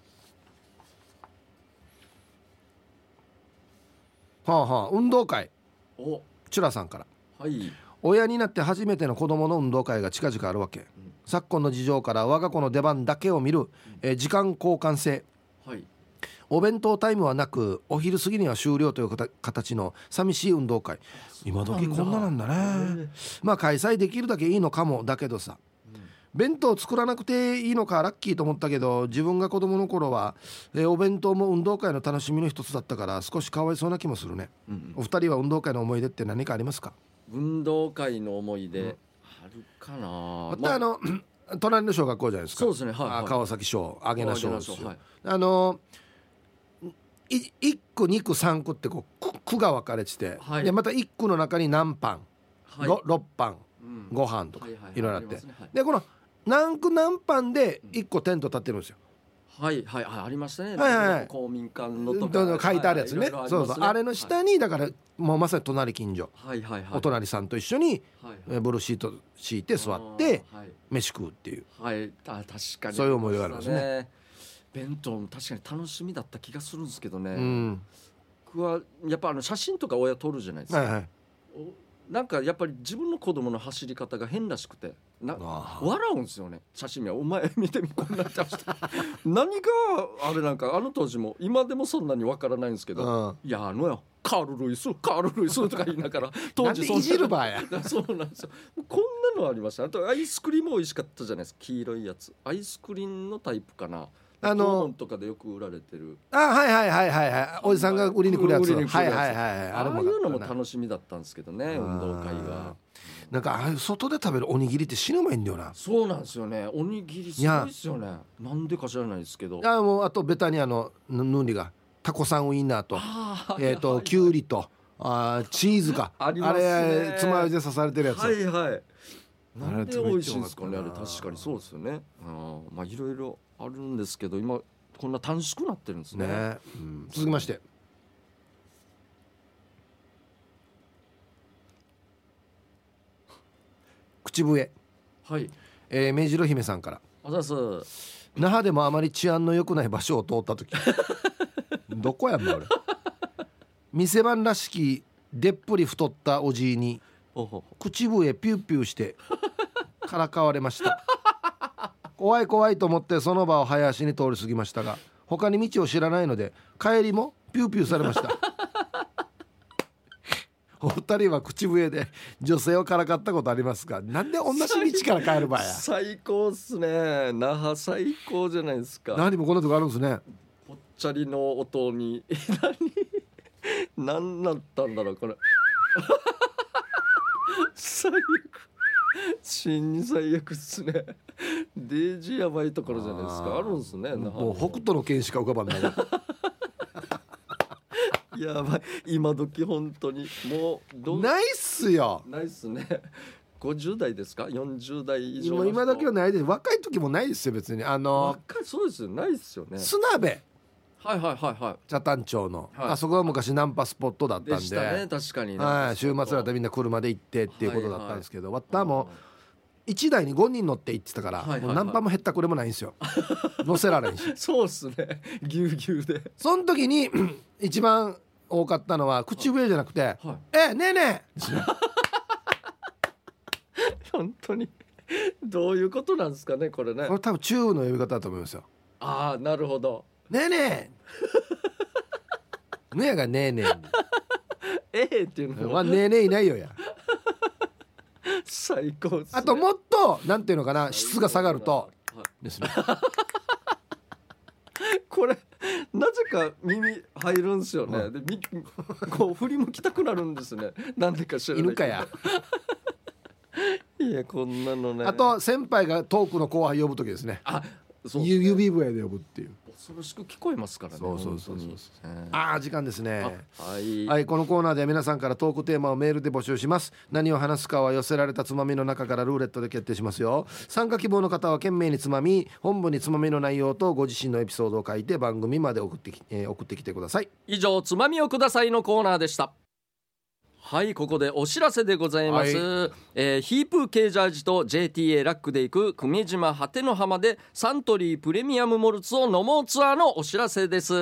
B: はあはあ運動会
A: お
B: チュラさんから
A: はい
B: 親になって初めての子供の運動会が近々あるわけ、昨今の事情から我が子の出番だけを見る、えー時間交換制
A: はい
B: お弁当タイムはなくお昼過ぎには終了という形形の寂しい運動会今時こんななんだねまあ開催できるだけいいのかもだけどさ弁当作らなくていいのかラッキーと思ったけど自分が子供の頃は、えーお弁当も運動会の楽しみの一つだったから少しかわいそうな気もするね
A: うん
B: お二人は運動会の思い出って何かありますか
A: 運動会の思い出、あるかな
B: ま
A: ま
B: たあの、 <clears throat> 隣の小学校じゃないですか
A: そうですねはい、
B: あ
A: はい、
B: 川崎小揚げな小
A: 揚げ
B: で
A: な
B: す
A: 小
B: よ
A: はい
B: あのい1区2区3区ってこう区区が分かれてて、
A: はい
B: でまた1区の中に何パン、
A: はい
B: ろ6パン
A: うん
B: ご飯とか、
A: はいいはいはい
B: ろいろあ
A: あ
B: っ
A: り
B: て
A: ますねはい
B: でこの何区何パンで1個テント立ってるんですよ。
A: はいはいはいありましたね。
B: はいはいはい
A: 公民館の
B: ど
A: と
B: んどん
A: か
B: 書いてあるやつね,、
A: はいはいいろいろります
B: そうそうあれの下にだからもうまさに隣近所、
A: はいはいはいはい。
B: お隣さんと一緒に
A: はいはい
B: えブルーシート敷いて座って
A: あーはい
B: 飯食うっていう
A: はいあ確かに
B: そういう思い出がありますね
A: そうで弁当も確かに楽しみだった気がするんですけどね、
B: うん
A: 僕はやっぱあの写真とか親撮るじゃないですか、
B: はいはい
A: おなんかやっぱり自分の子供の走り方が変らしくてな
B: あー
A: 笑うんですよね写真見はお前見てみこんなちゃして何があれなんかあの当時も今でもそんなにわからないんですけど、
B: うん
A: いやあのよカール・ルイスカール・ルイスとか言いなが
B: <laughs>
A: ら当
B: なん
A: 時
B: で
A: そん
B: い
A: な
B: じる場合や
A: そうなんです <laughs> よこんなのありましたあとアイスクリーム美味しかったじゃないですか黄色いやつアイスクリームのタイプかな
B: あの
A: コーロンとかでよく売られてる
B: あはいはいはいはいはいおじさんが売りに来るやつ
A: 売りに来
B: は
A: る
B: い
A: やつ
B: はいはいはい
A: ああいうのも
B: しい
A: 楽しみだったんですけどね運動会が
B: なんかああいう外で食べるおにぎりって死ぬまいんだよな
A: そうなんですよねおにぎりすごいですよねなんでか知らないですけど
B: あもうあとベタにあのぬぬりがタコさんウインナーと
A: あー
B: えっ、ときゅうりとあーチーズか
A: <laughs> ありますね
B: れつまようじで刺されてるやつ、
A: はいはい
B: あ
A: な
B: れ
A: んで美味しいんですかね
B: め
A: あ
B: っちゃう
A: れ
B: まかったな
A: 確かにそうですよねうんまあいろいろあるんですけど今こんな短縮なってるんですね
B: ね、うん続きまして <laughs> 口笛、
A: はい
B: えー、目白姫さんから
A: あざっす
B: 那覇でもあまり治安の良くない場所を通った時どこやんの俺店番らしきでっぷり太ったおじいに
A: おほほ
B: 口笛ピューピューしてからかわれました怖い怖いと思ってその場を早足に通り過ぎましたが他に道を知らないので帰りもピューピューされましたお二人は口笛で女性をからかったことありますかなんで同じ道から帰る場合や
A: 最高っすね那覇最高じゃないですか
B: 何もこんなとこあるんですね
A: ぽっちゃりの音に何何なったんだろうこれ最悪真に最悪っすねデージやばいところじゃないですか
B: あー
A: あるんですね那覇
B: もう北斗の剣しか浮かばんないな
A: やばい今時本当にもうどう
B: ないっすよ
A: ないっすね50代ですか40代以上
B: も
A: の
B: う
A: 人
B: 今だけはないです若い時もないですよ別にあの
A: 若いそうですよないっすよね
B: 砂部
A: はいはいはいは
B: 北谷町の、
A: はい
B: あそこは昔ナンパスポットだっ
A: い
B: た
A: で
B: ん
A: し
B: で
A: たね確かにね
B: はい、週末だっ
A: ち
B: た
A: ょっ
B: らみんな車で行ってっていうことだったんですけど、わった
A: と
B: もう1台に5人乗って行ってたから、
A: はいはいはい
B: もうナンパも減ったくれもないんですよ乗せられ
A: <laughs>
B: んし
A: <laughs> そうっすねぎゅうぎゅうで
B: その時に <clears throat> 一番多かったのは口笛じゃなくて「
A: はい
B: えねえねえですね」
A: <laughs> 本当にどういうことなんですかねこれね
B: これ多分中の呼び方だと思いますよ
A: ああなるほど
B: 「ねえねえ」「ねえ」が「ねえね
A: ええっていう
B: え」
A: の
B: は「
A: は
B: ねえねえ」いないよや
A: 最高っすね
B: あともっとなんていうのかな質が下がると
A: は
B: ですね
A: いこれなぜか耳入るんですよねでみこう振り向きたくなるんですねなんでか知らない
B: 犬
A: けど
B: かや
A: いやこんなのね
B: あと先輩がトークの後輩呼ぶ時ですね
A: あそう
B: ゆ指笛で呼ぶっていう
A: ボ恐ろしく聞こえますからね
B: そうそうそうそう
A: 本当に
B: ああ時間です
A: え
B: ね
A: ーはい、
B: はい、このコーナーでは皆さんからトークテーマをメールで募集します何を話すかは寄せられたつまみの中からルーレットで決定しますよ参加希望の方は懸命につまみ本部につまみの内容とご自身のエピソードを書いて番組まで送ってき,、えー送ってきてください
A: 以上つまみをくださいのコーナーでしたはいここでお知らせでございます、えーヒープーケージャージと JTA ラックで行く久米島果ての浜でサントリープレミアムモルツを飲もうツアーのお知らせです、
B: い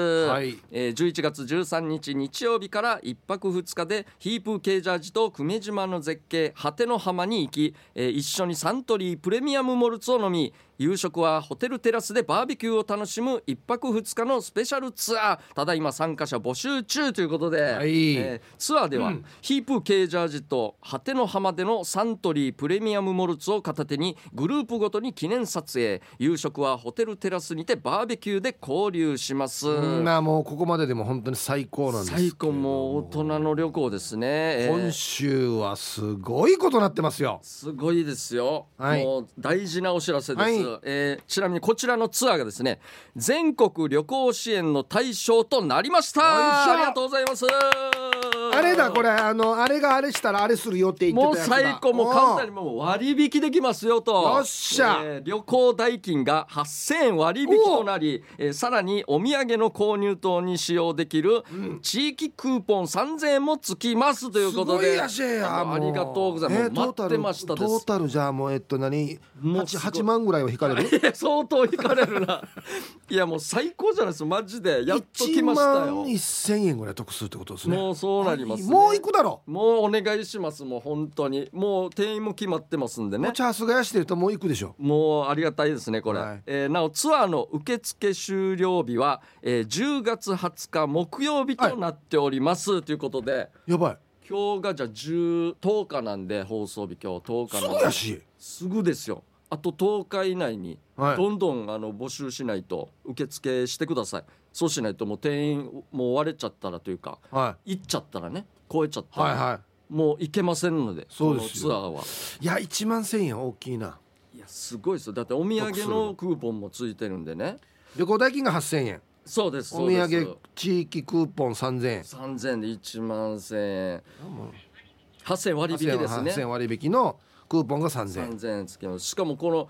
A: えー11月13日日曜日から1泊2日でヒープーケージャージと久米島の絶景果ての浜に行き、えー一緒にサントリープレミアムモルツを飲み夕食はホテルテラスでバーベキューを楽しむ1泊2日のスペシャルツアーただいま参加者募集中ということで、
B: はい
A: えーツアーでは、ヒープーケージャージと果ての浜でのサントリープレミアムモルツを片手にグループごとに記念撮影夕食はホテルテラスにてバーベキューで交流します。
B: うんまあもうここまででも本当に最高なんですけ
A: 最
B: ど
A: 高もう大人の旅行ですね、えー
B: 今週はすごいことなってますよ
A: すごいですよ、
B: はい
A: もう大事なお知らせです、
B: はい
A: えーちなみにこちらのツアーがですね全国旅行支援の対象となりました
B: よいしょ
A: ありがとうございます
B: あれだこれあのあれがあれしたらあれするよって言っ
A: も
B: て
A: う
B: たやつだ
A: 最高もう簡単にもう割引できますよと
B: よっしゃ
A: えー旅行代金が8000円割引となり、えーさらにお土産の購入等に使用できる地域クーポン3000円もつきますということ
B: すご
A: で
B: いやし
A: あ
B: や
A: の
B: も
A: ありがとうございます、
B: えー
A: もう
B: トー
A: 待っ
B: タル
A: てましたで
B: トー
A: す
B: タルじゃあもうえっと何
A: もうすご
B: 八
A: い
B: 八万ぐらいは引かれる
A: いや相当引かれるな <laughs> いやもう最高じゃないですかマジ <laughs> でやっと来ました
B: 1
A: よ
B: 万1000円ぐらい得するってことですね
A: もうそうなりますね
B: もう行くだろ
A: もうお願いしますもう本当にもう定員も決まってますんで
B: う、
A: ね
B: チャースがやしてるともう行くでしょ
A: もうありがたいですねこれ、
B: はい
A: えーなおツアーの受付終了日は、えー10月20日木曜日となっております、ということで
B: やばい
A: 今日がじゃあ10 10日なんで放送日今日10日
B: す
A: なん
B: ぐ
A: で
B: やし
A: すぐですよあと10日以内に
B: はい
A: どんどんあの募集しないと受付してくださいそうしないともう定員もう割れちゃったらというか
B: は
A: 行っちゃったらね超えちゃっ
B: い
A: たら、
B: はいは
A: もう行けませんので
B: そうです
A: こ
B: よ
A: のツアーはい
B: いや1万1000円大きいない
A: やすごいですよだってお土産のクーポンもついてるんでね
B: 旅行代金が8000円
A: そうですそ
B: お
A: う
B: 土
A: です
B: 産地域クーポン3000円
A: 3000で1万1000円8000割引ですね
B: 8000円割引のクーポンが3000円
A: 3000円つけますしかもこの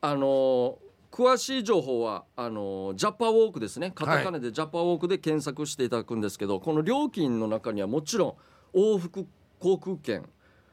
A: あのー詳しい情報はあのージャパウォークですねカタカナでジャパウォークで検索していただくんですけど、この料金の中にはもちろん往復航空券、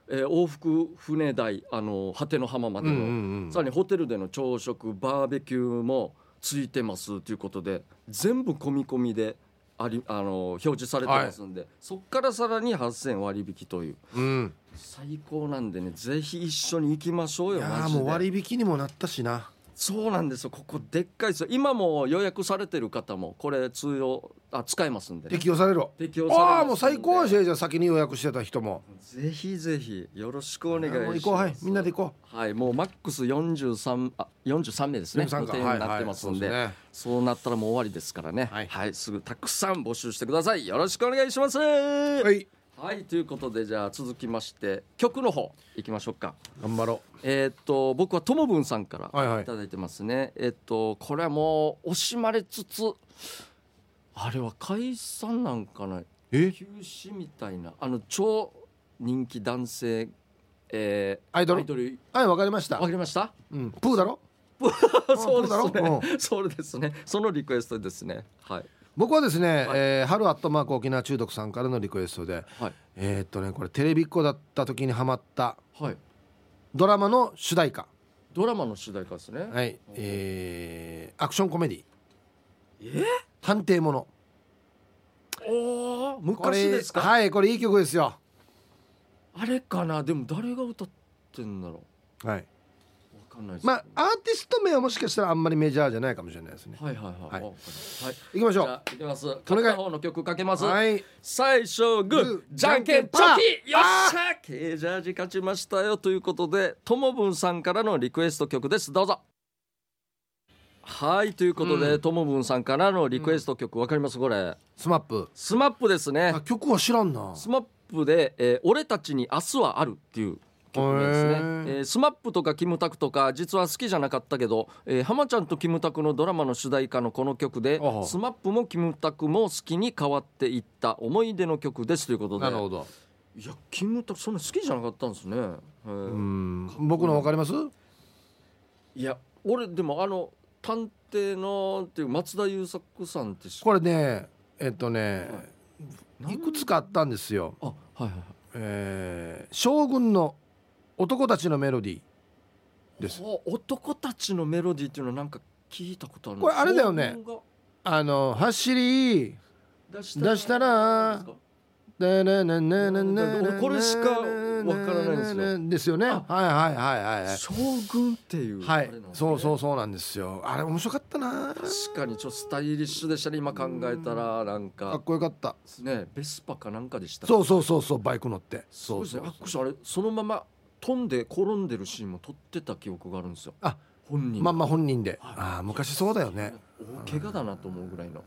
A: えー往復船代あのー果ての浜までの、
B: うんうんうん
A: さらにホテルでの朝食バーベキューもついてますということで全部込み込みでありあのー表示されてますんで、そこからさらに8000割引という
B: うん
A: 最高なんでねぜひ一緒に行きましょうよ
B: いや
A: マ
B: ー
A: ジ
B: もう
A: で
B: 割引にもなったしな
A: そうなんですよここでっかいですよ今もう予約されてる方もこれ通用あ使えますんでね、
B: 適用されろ
A: 適用されますんで
B: ああもう最高やしじゃあ先に予約してた人も
A: ぜひぜひよろしくお願いし
B: あーも
A: ま
B: う
A: す
B: 行こうはいみんなで行こ
A: うはいもうマックス43あ43名ですね
B: 43か
A: 予定になってますんで,、
B: はいはいそうですね
A: そうなったらもう終わりですからねは、
B: はいい
A: すぐたくさん募集してくださいよろしくお願いします
B: は
A: はい、
B: い
A: ということでじゃあ続きまして曲の方いきましょうか
B: 頑張ろ
A: えーっと僕はともぶんさんから
B: はいはい
A: いただいてますね、えーっとこれはもう惜しまれつつあれは解散なんかな
B: うえ
A: 休止みたいなあの超人気男性、えー
B: アイドルはいわかりました
A: わかりました
B: うんプーだろ
A: <laughs> そうで
B: そうだろ
A: すね <laughs> そうですねそのリクエストですねはい
B: 僕はですね、
A: はい
B: えー春アットマーク沖縄中毒さんからのリクエストで、
A: はい
B: えーっとねこれテレビっ子だった時にハマった
A: はい
B: ドラマの主題歌
A: ドラマの主題歌ですね、
B: はい、えーアクションコメディ
A: え
B: 探偵もの
A: おお
B: こ
A: 昔
B: れ
A: ですか、
B: はいこれいい曲ですよ
A: あれかなでも誰が歌ってんだろう
B: はい、
A: わかんないです
B: まあアーティスト名はもしかしたらあんまりメジャーじゃないかもしれないですね
A: はいはいはい、
B: はい
A: わかりましたはい
B: 行きまし
A: じ
B: ょ
A: ゃ
B: う
A: あいきます勝った方の曲かけます、
B: はい
A: 最初グー
B: グー
A: じゃんけんチョ
B: じゃんけんパー
A: キよっしゃケージャージ勝ちましたよということでともぶんさんからのリクエスト曲ですどうぞはいということでともぶんさんからのリクエスト曲わかりますこれ
B: スマップ
A: スマップですね
B: あ曲は知らんな
A: スマップで、えー俺たちに明日はある」っていう曲名ですね
B: へ、
A: えー、スマップとかキムタクとか実は好きじゃなかったけど、えー、浜ちゃんとキムタクのドラマの主題歌のこの曲で
B: ああ
A: スマップもキムタクも好きに変わっていった思い出の曲ですということで
B: なるほど
A: いやキムタクそんな好きじゃなかったんですね、えー
B: うん僕の分かります
A: いや俺でもあの探偵のっていう松田優作さんって知
B: これねえっとねいくつかあったんですよ
A: あはいはいはい
B: えー将軍の男たちのメロディーです
A: お男たちのメロディーっていうのはなんか聞いたことある
B: これあれだよね
A: そう
B: あの走り
A: 出し
B: 出したら
A: ですか
B: ねねねねねね
A: 俺これしかわからないんですよ
B: ですよね。はい
A: あ
B: はいはいはいはい。
A: 将軍っていう
B: は
A: あ
B: い
A: れなん、ですね
B: そうそうそうなんですよ。あれ面白かったな。
A: 確かにちょっとスタイリッシュでしたね今考えたらなん
B: か
A: か
B: っこよかった。
A: ねベスパかなんかでした
B: そうそうそうそうバイク乗って。
A: そ
B: そうう
A: です
B: そ
A: ね
B: う
A: ア。クションあれそのまま飛んで転んでるシーンも撮ってた記憶があるんですよ
B: あ
A: 本人
B: まあまあ本人で。
A: はい
B: ああ昔そうだよね。
A: 大怪我だなと思うぐらいのい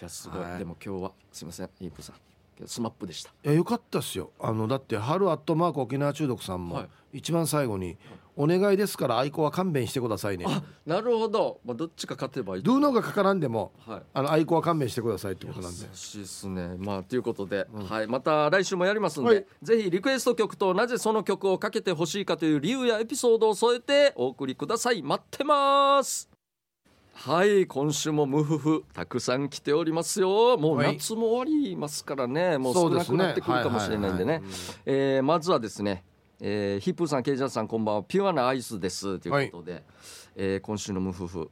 A: やすごい、
B: はい
A: でも今日はすいませんイープさんスマップでした
B: いやよかったっすよ。あのだって春アットマーク沖縄中毒さん
A: は
B: も
A: い
B: 一番最後にお願いですから愛子は勘弁してくださいね。
A: なるほど、まあ、どっちか勝てばいい
B: ドゥのがかからんでも
A: はい
B: あの愛子は勘弁してくださいってことなんで
A: 優。しいですね。まあということで、はいまた来週もやりますんで、
B: はい
A: ぜひリクエスト曲となぜその曲をかけてほしいかという理由やエピソードを添えてお送りください。待ってます。はい今週もムフフたくさん来ておりますよもう
B: はい
A: 夏も終わりますからねもう
B: そ
A: 少
B: うで
A: な
B: す
A: く
B: ね
A: なってくるかもしれないんで
B: は
A: ね
B: いはいはい
A: えーまずはですね、えーヒップーさんケイジャーさんこんばんはピュアなアイスですということで、えー今週のムフフ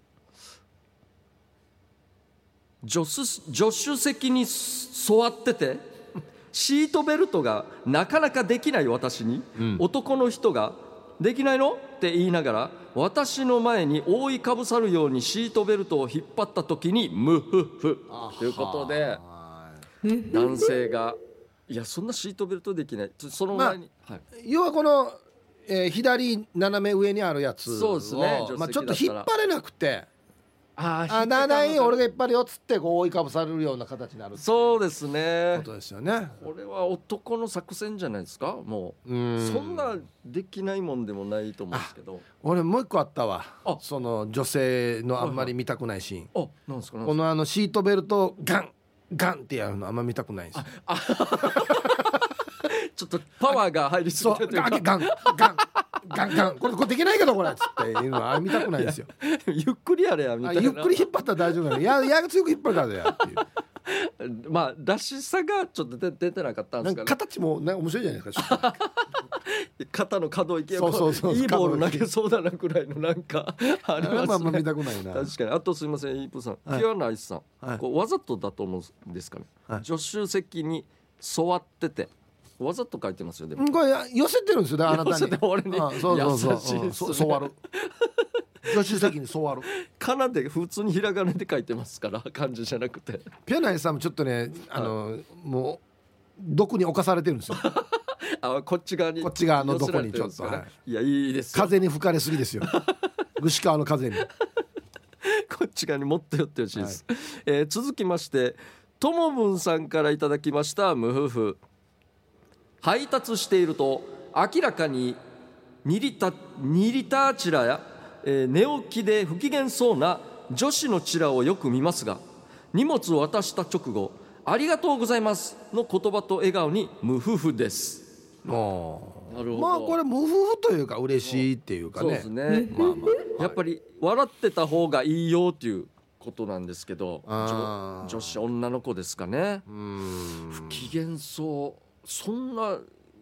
A: 助手助手席に座っててシートベルトがなかなかできない私に、男の人が「できないの?」って言いながら私の前に覆いかぶさるようにシートベルトを引っ張った時に「ムフフ」ということで <laughs> 男性が「いやそんなシートベルトできない」そその前に、はい
B: 要はこの、えー左斜め上にあるやつを
A: そうですね
B: まあ、ち
A: 助
B: ょっ
A: 手席
B: と
A: だった
B: 引
A: ら
B: っ張れなくて
A: あー
B: 「あなあなあいいよ俺
A: が
B: が引っ張るよ」っつってこう覆いかぶされるような形になるって
A: そうです
B: こ
A: ね
B: とですよね。
A: これは男の作戦じゃないですかもう
B: うん
A: そんなできないもんでもないと思うんですけど
B: 俺もう一個あったわ
A: あ
B: その女性のあんまり見たくないシーン、
A: あなんですかなんですか
B: このあのシートベルトをガンガンってやるのあんま見たくないんですよ
A: ちょっとパワーが入りすぎ
B: そ
A: て
B: う
A: という
B: ガ
A: か
B: ンガンガンガンガンこれこれできないけどこれっつっていうのはあれ見たくないんですよ
A: ゆっくりやれやみた
B: あ
A: いな
B: ゆっくり引っ張ったら大丈夫なのいやいや強く引っ張るからだよっていう
A: まあらしさがちょっと出出てなかったんで
B: な
A: すか
B: んか
A: ね
B: 形もね面白いじゃないですか
A: 肩の可動域が
B: そうそうそう
A: いいボール投げそうだなくらいのなんかあり
B: あれも
A: ま
B: あ
A: す
B: んま
A: ね
B: 見たくないな。
A: 確かにあとすみませんイープさん、ピュアなアイスさん、
B: はい
A: こうわざとだと思うんですかね、
B: はい
A: 助手席に座っててわざと書いてますよでも
B: うんこれや寄せてるんですよねあなたに。
A: 寄せて俺に
B: あそうそうそ
A: 優しい
B: う。
A: っすね
B: うんそそうある。助手席にそ
A: <laughs>
B: うある。
A: かなで普通にひらがなで書いてますから漢字じゃなくて
B: ピアナイさんもちょっとねあの、もう毒に侵されてるん
A: <laughs>
B: ですよ。
A: あこっち側に
B: こっち側の
A: 寄せられて
B: ど
A: る
B: こ
A: んで
B: にち
A: す
B: ょっ
A: か
B: と
A: ね、
B: はい
A: やいいですよ
B: 風に吹かれすぎですよ。牛川の風に。
A: こっち側に持って寄ってほしいです、えー続きましてともぶんさんからいただきました無夫婦配達していると明らかにニリタニリタチラや、えー寝起きで不機嫌そうな女子のチラをよく見ますが荷物を渡した直後「ありがとうございます」の言葉と笑顔に無夫婦です
B: も
A: なる
B: うまあこれ無夫婦というか嬉しいっていうか
A: そうで
B: ね
A: す。ね
B: まあまあ。
A: やっぱり笑ってた方がいいよっていうことなんですけど
B: あ
A: 女
B: ー
A: 女子女の子ですかね
B: うん。
A: 不機嫌そうそんな、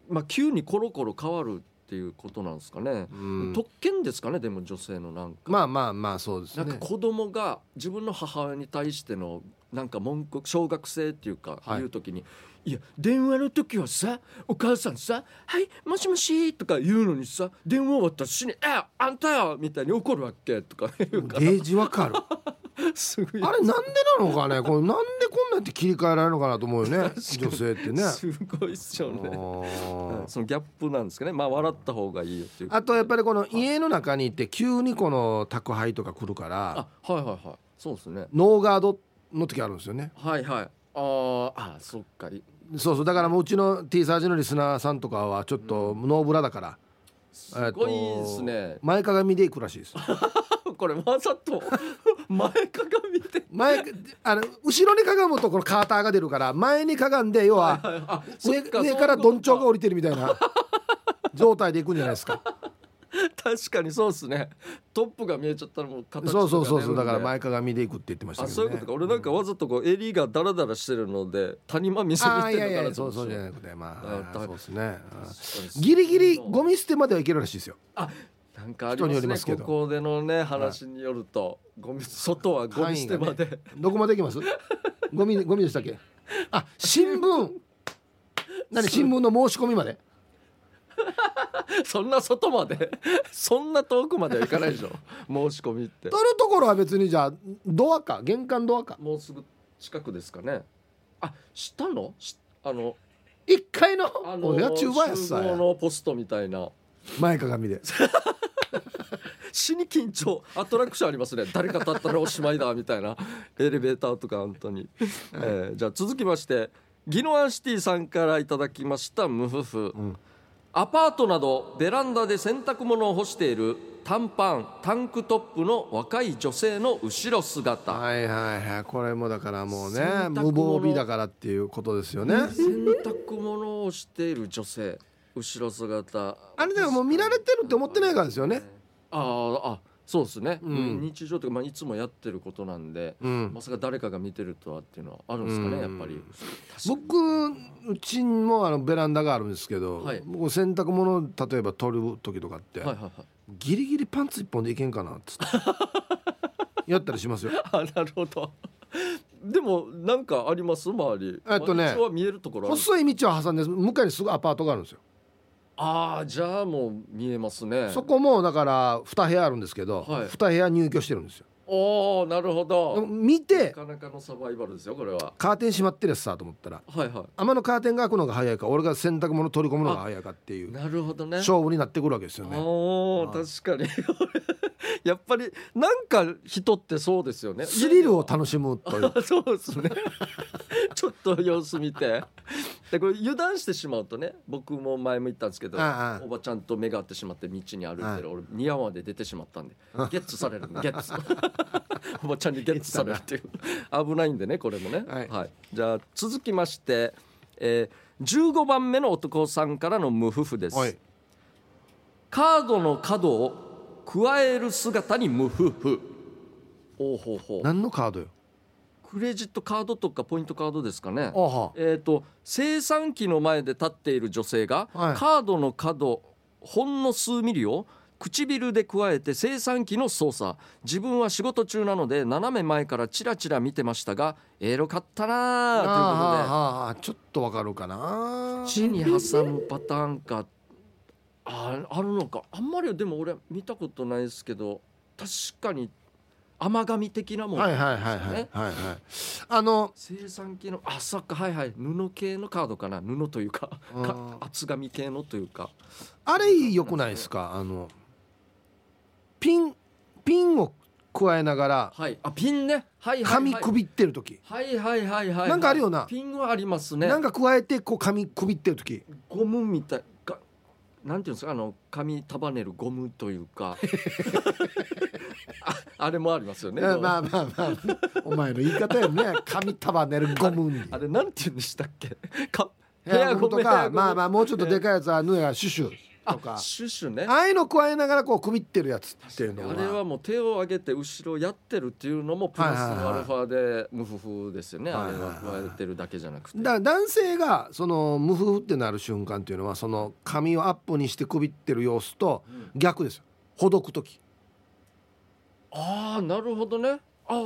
A: まあ、急にコロコロ変わるっていうことなんですかね
B: うん
A: 特権ですかねでも女性のなんか。
B: まあまあまあそうです
A: なんか
B: ね。
A: 子供が自分の母親に対してのなんか文句小学生っていうか
B: はい
A: 言う時に「いや電話の時はさお母さんさ「はいもしもし」とか言うのにさ電話私に「えあんたよ」みたいに怒るわけとか言うから
B: ゲージわかる。
A: すごい
B: あれなんでなのかねこれなんでこんなんって切り替えられるのかなと思うよね女性ってね。
A: すごいっすよね。
B: あー
A: そのギャップなんですかね。まあ笑った方がいいよっていう。
B: あとやっぱりこの家の中にいて急にこの宅配とか来るから
A: あはいはいはい。そうですね。
B: ノーガードの時あるんですよね
A: はいはい。あーあそっか。い
B: そうそうだからもううちの T サージのリスナーさんとかはちょっとノーブラだから
A: すごいですね。
B: 前かがみで行くらしいです
A: これわざ
B: <laughs>
A: と前かがみで。
B: 前あの後ろにかがむとこのカーターが出るから前にかがんで要は
A: あ
B: 上
A: <laughs> そっか
B: 上から
A: そう
B: ど
A: いうんこ
B: ちょ
A: と
B: うが降りてるみたいな <laughs> 状態で行くんじゃないで
A: <laughs>
B: すか
A: 確かにそうですね。トップが見えちゃったらもう形とか
B: そうそうそうそ
A: 出
B: う
A: る
B: だ
A: んで
B: から前かがみで行くって言ってました
A: あ
B: け
A: そういうこ
B: どね
A: とか。俺なんかわざとこう襟がダラダラしてるので谷間見せび
B: ああ
A: っ
B: い
A: て
B: や
A: る
B: い
A: のかな
B: や
A: と
B: そ
A: 思
B: うそうじゃ
A: っ
B: なくてま
A: あ
B: あ
A: だ
B: そうですね
A: て。
B: ギリギリゴミ捨てまでは行けるらしいですよ
A: なんかあります
B: 人に
A: ね
B: よりますけど
A: ここでのね話によると、ゴミ外はゴミ捨て場で、
B: どこまで行きますゴミゴミでしたっけあ新聞何新聞の申し込みまで
A: <laughs> そんな外まで <laughs> そんな遠くまでは行かないでし <laughs> ょ申し込みって
B: 取るところは別にじゃあドアか玄関ドアか
A: もうすぐ近くですかねあしたのしあの
B: 一階の
A: あの
B: 俺は中盤やっ
A: 集
B: さ
A: 合
B: や
A: のポストみたいな
B: 前かがみで
A: 死に緊張アトラクションありますね誰か立ったらおしまいだみたいなエレベーターとか本当に、えーじゃあ続きましてギノアンシティさんからいただきましたムフフ、アパートなどベランダで洗濯物を干している短パンタンクトップの若い女性の後ろ姿、
B: はいはいはいこれもだからもうね
A: 洗濯物
B: 無防備だからっていうことですよね
A: 洗濯物をしている女性後ろ姿
B: あれでももう見られてるって思ってないからですよね
A: あーあそうですね、
B: うん
A: うん日常というか、まあ、いつもやってることなんで、
B: うん
A: まさか誰かが見てるとはっていうのはあるんですかね、
B: うん
A: やっぱり
B: 僕うちもあのベランダがあるんですけど、
A: はい
B: 僕洗濯物例えば取る時とかって、
A: はいはいはい
B: ギリギリパンツ一本でいけんかなっつって
A: <laughs>
B: やったりしますよ
A: あなるほどでもなんかあります周り
B: えっとね
A: まあ一応は見えるところある
B: 細い道を挟んで向かいにすぐアパートがあるんですよ
A: あーじゃあもう見えますね
B: そこもだから2部屋あるんですけど、
A: はい
B: 2部屋入居してるんですよ
A: おおなるほ
B: でも
A: ど
B: 見
A: な
B: て
A: かなかのサバイバルですよこれは
B: カーテン閉まってるやつさと思ったら
A: はいは
B: 天のカーテンが開くのが早いか俺が洗濯物取り込むのが早いかってい
A: いうなるほどね
B: 勝負になってくるわけですよね
A: おお
B: はい
A: 確かに <laughs> やっぱりなんか人ってそうですよね
B: スリルを楽しむという
A: あそうですね <laughs> ちょっと様子見てでこれ油断してしまうとね僕も前も言ったんですけど
B: ああ
A: おばちゃんと目が合ってしまって道に歩いてる、
B: はい
A: 俺庭まで出てしまったんでゲッツされるゲッ
B: <laughs>
A: ツおばちゃんにゲッツされるっていう危ないんでねこれもね、
B: はい
A: じゃあ続きまして、えー15番目の男さんからの無夫婦です、
B: はい
A: カードの角を加える姿に無夫婦おうほうほう
B: 何のカードよ
A: クレジットカードとかポイントカードですかね
B: あ。は
A: えっ、と生産機の前で立っている女性が、
B: はい
A: カードの角ほんの数ミリを唇で加えて生産機の操作自分は仕事中なので斜め前からチラチラ見てましたがエロかった
B: ああ
A: なあというこ
B: あああちょっとわかるかな
A: とで地に挟むパターンかああるのかあんまりでも俺見たことないですけど確かに甘神的なもん、
B: はいはいはいはいはいはいあの
A: 生産系のあそっかはいはい布系のカードかな布というか
B: うん
A: か厚紙系のというか
B: あれ良くないですかあのピンピンを加えながら
A: はいあピンねはいはい、はい、
B: 髪くびってる時
A: はいはいはいはい
B: なんかあるよな
A: ピンはありますね
B: なんか加えてこう髪くびってる時
A: ゴムみたいがなんていうんですかあの髪束ねるゴムという
B: <laughs>
A: かああれもありますよね、
B: まあまあまあまあお前の言い方
A: <laughs>
B: よね髪束ねるゴムに
A: あれなんていうんでしたっけか
B: ヘアゴムと
A: ヘア
B: か
A: ゴム
B: まあまあもうちょっとでかいやつは縫えがシュシュと
A: あ
B: か
A: シュシュね
B: ああいうの加えながらこうくびってるやつっていうの
A: あれは
B: は
A: もう手を上げて後ろやってるっていうのもプラスのアルファで無夫婦ですよね、
B: はいはいは
A: あ
B: い
A: れは加えてるだけじゃなくて、
B: だから男性がその無夫婦ってなる瞬間っていうのはその髪をアップにしてくびってる様子と逆ですよほどく時
A: ああなるほどねああああ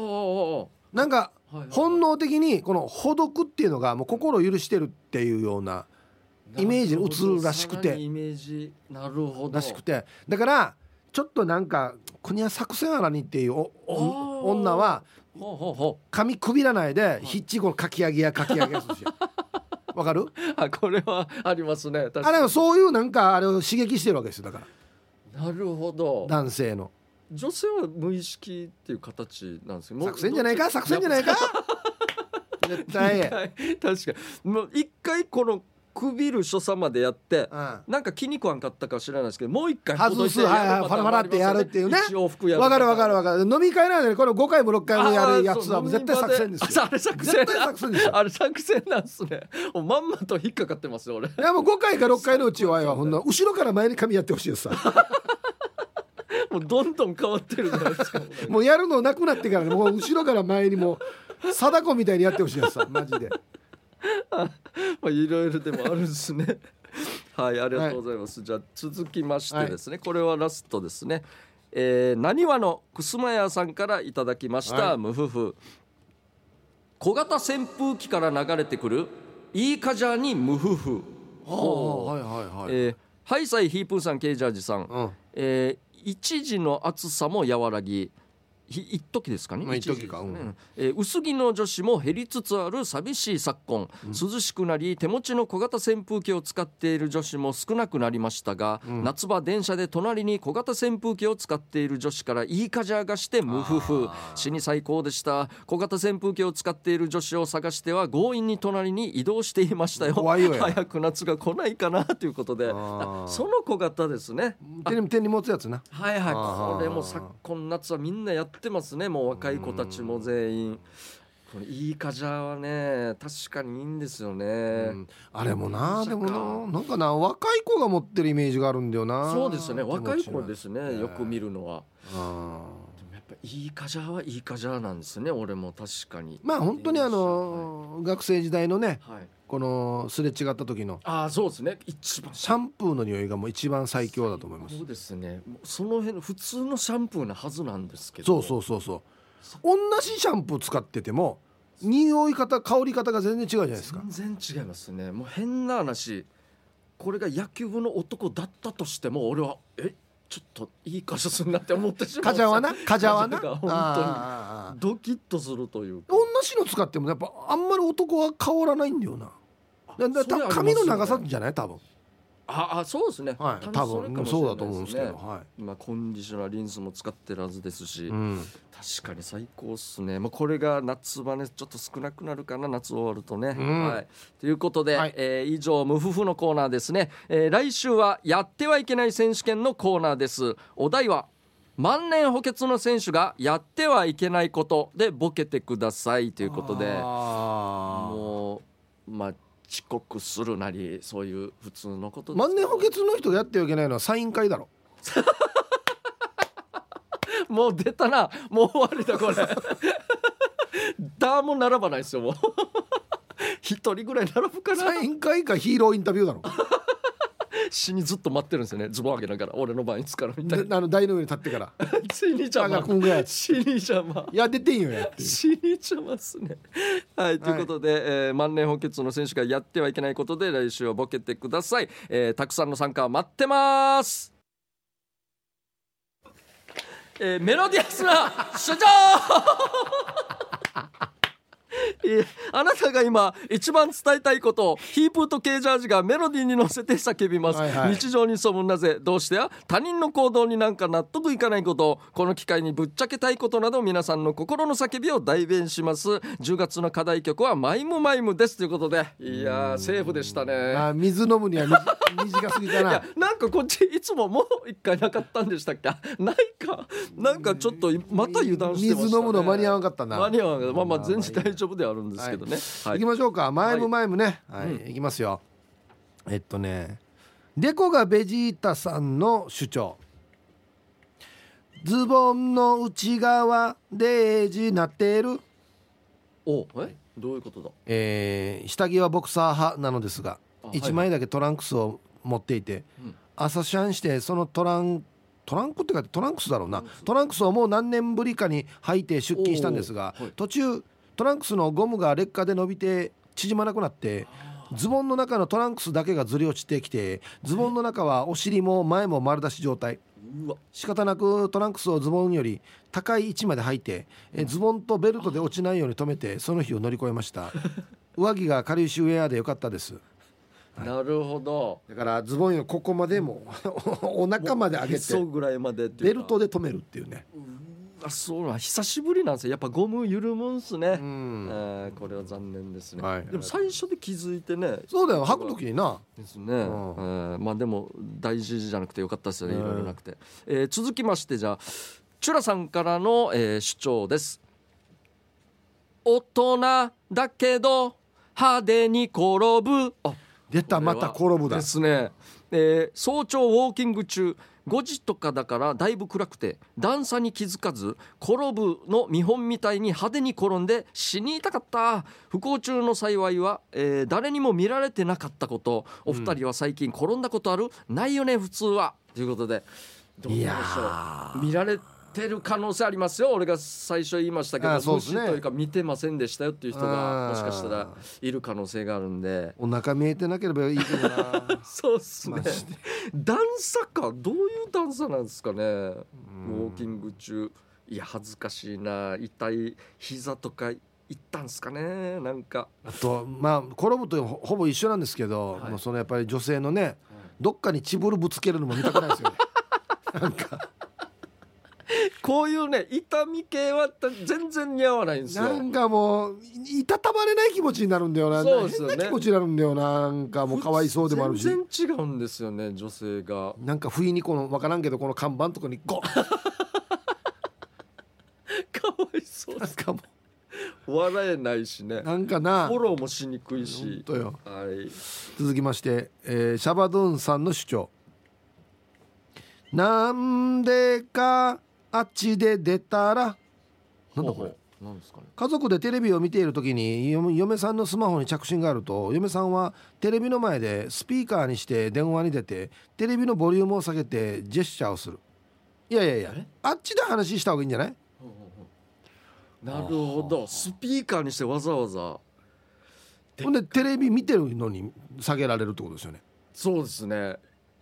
A: あ
B: なんか
A: あはいはい
B: 本能的にこのほどくっていうのがもう心を許してるっていうようなイメージに映るらしくて
A: さらにイメージなるほど
B: らしくてだからちょっとなんか国は作戦あらにっていうおお
A: あー
B: 女は
A: ほうほうほ
B: 髪くびらないで
A: い
B: ひっちこのかき上げやかき上げやするしわかる
A: うあこれはありますね確
B: あれ
A: か
B: は
A: に
B: そういうなんかあれを刺激してるわけですよだから
A: なるほど
B: 男性の
A: 女性は無意識っていう形なんですよもう
B: 作戦じゃない
A: <laughs>
B: か作戦じゃないか絶対
A: はい確かにもう一回このくびる所作までやって、
B: うん
A: なんか気に食わんかったか知らないですけどもう一回
B: 外す
A: ほどて
B: はいはい
A: やる
B: ファ
A: パター
B: ラファ
A: ンも
B: ラ
A: あ
B: っ
A: り
B: て
A: ます
B: や
A: よね
B: るっていうね
A: 一往復やる
B: わかるわ
A: わ
B: かるわかる飲み会なんでこれ5回も6回もやるやつ
A: あーそ
B: だもん
A: う
B: 絶対作戦です
A: あ
B: よ
A: あれ作戦
B: 絶対作戦ですよ
A: あれ作戦なんすねおまんまと引っかかってますよ俺
B: いやもう5回か6回のうちはよほんな後ろから前に髪やってほしいです
A: <laughs>
B: さ
A: もうどんどん変わってるじゃないですかもう
B: もうやるのなくなってからねもう後ろから前にもう貞子みたいにやってほしいですさマジで
A: まあいろいろでもあるんです <laughs> ねはいありがとうございます、じゃあ続きましてですね、これはラストですねえー、何話のくすまやさんからいただきました、
B: は
A: 無夫婦小型扇風機から流れてくるいいカジャーに無夫婦
B: はいはいはい、
A: えーハイサイヒープーさんケイジャージさん、
B: うん
A: えー一時の暑さも和らぎひ一時ですかね、
B: まあ
A: 時
B: 一時かうん
A: ですねえー薄着の女子も減りつつある寂しい昨今、涼しくなり手持ちの小型扇風機を使っている女子も少なくなりましたが、夏場電車で隣に小型扇風機を使っている女子からいいカジャーがして無夫婦死に最高でした小型扇風機を使っている女子を探しては強引に隣に移動していましたよ
B: 怖いよや
A: 早く夏が来ないかなということで
B: あー
A: あその小型ですね
B: 手に手に持つやつな
A: はい
B: あー
A: はいこれも昨今夏はみんなやってますねもう若い子たちも全員これいいカジャーはね確かにいいんですよね
B: うんあれも
A: ま
B: な
A: さか
B: でもななんかな若い子が持ってるイメージがあるんだよな
A: そうですね若い子ですすねよく見るのはやっぱいいカジャーはいいカジャーなんですね俺も確かに
B: まあ本当にあの学生時代のね
A: はい
B: このすれ違った時の
A: ああそうですね一番
B: シャンプーの匂いがもう一番最強だと思います
A: そうですねもうその辺の普通のシャンプーなはずなんですけど
B: そうそうそうそう同じシャンプー使ってても匂い方香り方が全然違うじゃないですか
A: 全然違いますねもう変な話これが野球部の男だったとしても俺はえちょっといい箇所するなって思ってしまう
B: カジャワなカジャワな
A: カジャワが本当に
B: あーあーあー
A: ドキッとするというか
B: 同じの使ってもやっぱあんまり男は香らないんだよなだだ
A: それありますよね
B: 髪の長さじゃない多分
A: ああそうですね、
B: はい
A: 多
B: 多
A: 分それかも
B: 分
A: しれ
B: そう
A: な
B: だ
A: い
B: と思うんですけどは
A: 今コンディショナーリンスも使ってるはずですし、
B: いうん
A: 確かに最高っすねもうこれが夏場ねちょっと少なくなるかな夏終わるとね、
B: うん
A: はいということで、
B: はい
A: えー以上無夫婦のコーナーですね、えー来週はやってはいけない選手権のコーナーですお題は万年補欠の選手がやってはいけないことでボケてくださいということで
B: あ
A: もうまあ遅刻するなりそういう普通のこと
B: ー
A: です
B: 万年補欠の人がやってはいけないのはサイン会だろ
A: もう出たなもう終わりだこれだも並ばないですよもう一人ぐらい並ぶか
B: サ
A: な
B: イン会かヒーローインタビュー
A: <laughs>
B: だろ
A: 死にずっと待ってるんですよねズボン上げながら俺の番いつからみたいな
B: であの台の上に立って
A: <laughs>
B: から「
A: 死に邪
B: あが
A: 魔
B: くんぐらい」
A: 死に邪魔
B: いや出てんよや」っていう
A: 死に邪魔っすね。はい、ということで、えー万年補欠の選手がやってはいけないことで来週はボケてください、えーたくさんの参加待ってますえーメロディアスな所長いえあなたが今一番伝えたいことをヒープーとケージャージがメロディーに乗せて叫びます、
B: はいはい
A: 日常に潜むなぜどうしてや他人の行動になんか納得いかないことこの機会にぶっちゃけたいことなど皆さんの心の叫びを代弁します10月の課題曲は「マイムマイム」ですということでいやーセーフでしたね
B: あー水飲むには短短すぎた
A: いや
B: な
A: なんかこっちいつももう一回なかったんでしたっけあないかなんかちょっとまた油断してました、ね、
B: 水飲むの間に合わなかったな
A: 間に合わなかったまあまあ全然大丈夫ではあるんですけどね、はい
B: 行きましょうか前も前もねはい、行きますよえっとねデコがベジータさんの主張ズボンの内側デージなってる
A: おえどういうことだ
B: えー下着はボクサー派なのですが
A: あはい
B: 1枚だけトランクスを持っていて、
A: うん
B: 朝シャンしてそのトラントランクって書いてトランクスだろうなトランクスをもう何年ぶりかに履いて出勤したんですが、
A: おーはい
B: 途中トランクスのゴムが劣化で伸びて縮まなくなってズボンの中のトランクスだけがずり落ちてきてズボンの中はお尻も前も丸出し状態
A: うわ
B: 仕方なくトランクスをズボンより高い位置まで履いてえズボンとベルトで落ちないように止めてその日を乗り越えました <laughs> 上着が軽いしウェアでよかったです
A: なるほど
B: だからズボンよりここまでも <laughs> お腹まで上げ
A: へ
B: て
A: そぐらいまでってい
B: ベ
A: うか
B: ルトで止めるっていうね
A: あそうなん久しぶりなんですよやっぱゴム緩むんすね、
B: うん
A: えーこれは残念ですね、
B: はい
A: でも最初で気づいてね
B: そうだよ吐く時にな
A: ですね、えーまあでも大事じゃなくてよかったですよね、
B: うん
A: いろいろなくて、えー続きましてじゃあチュラさんからの、えー主張です大人だけど派手に転ぶあ
B: 出た
A: これは
B: また転ぶだ
A: ですね、えー早朝ウォーキング中5時とかだからだいぶ暗くて段差に気づかず転ぶの見本みたいに派手に転んで死にたかった不幸中の幸いは、えー誰にも見られてなかったことお二人は最近転んだことある、ないよね普通はということでどうでしょ
B: いや
A: う見られてる可能性ありますよ俺が最初言いましたけど、
B: あそう
A: 無
B: です
A: 視
B: ね
A: というか見てませんでしたよっていう人が
B: あー
A: もしかしたらいる可能性があるんで。
B: お腹見えてなければいいけど <laughs> な
A: そうっすね
B: マジで。
A: 段差か、どういう段差なんですかね。ウォーキング中。いや、恥ずかしいな、痛い膝とか。いったんすかね、なんか。
B: あとまあ転ぶとほほぼ一緒なんですけど、
A: はい
B: もうそのやっぱり女性のね、どっかにチブルぶつけるのも見たくないですよねなんか
A: こういうね、痛み系は全然似合わないんですよ
B: な。んかもういいたたまれない気持ちになるんだよな
A: そうですよね
B: 変な気持ちになるんだよななんかもうかわいそうでもあるし
A: 全然違うんですよね、女性
B: <laughs>
A: が。
B: なんか不意にこの分からんけどこの看板とかにゴッ
A: かわいそう
B: な。んかも
A: 笑えないしね
B: う。なんかな
A: フォローもしにくい
B: 本
A: し。
B: 当よ
A: はい。
B: 続きまして、えーシャバドゥンさんの主張なんでかあっちで出たらなんだこれ。
A: なんですかね。
B: 家族でテレビを見ている時に嫁嫁さんのスマホに着信があると嫁さんはテレビの前でスピーカーにして電話に出てテレビのボリュームを下げてジェスチャーをするいやいやいや
A: え
B: あっちで話した方がいいんじゃない
A: なるほどスピーカーにしてわざわざ
B: ほんでテレビ見てるのに下げられるってことですよね
A: そうですね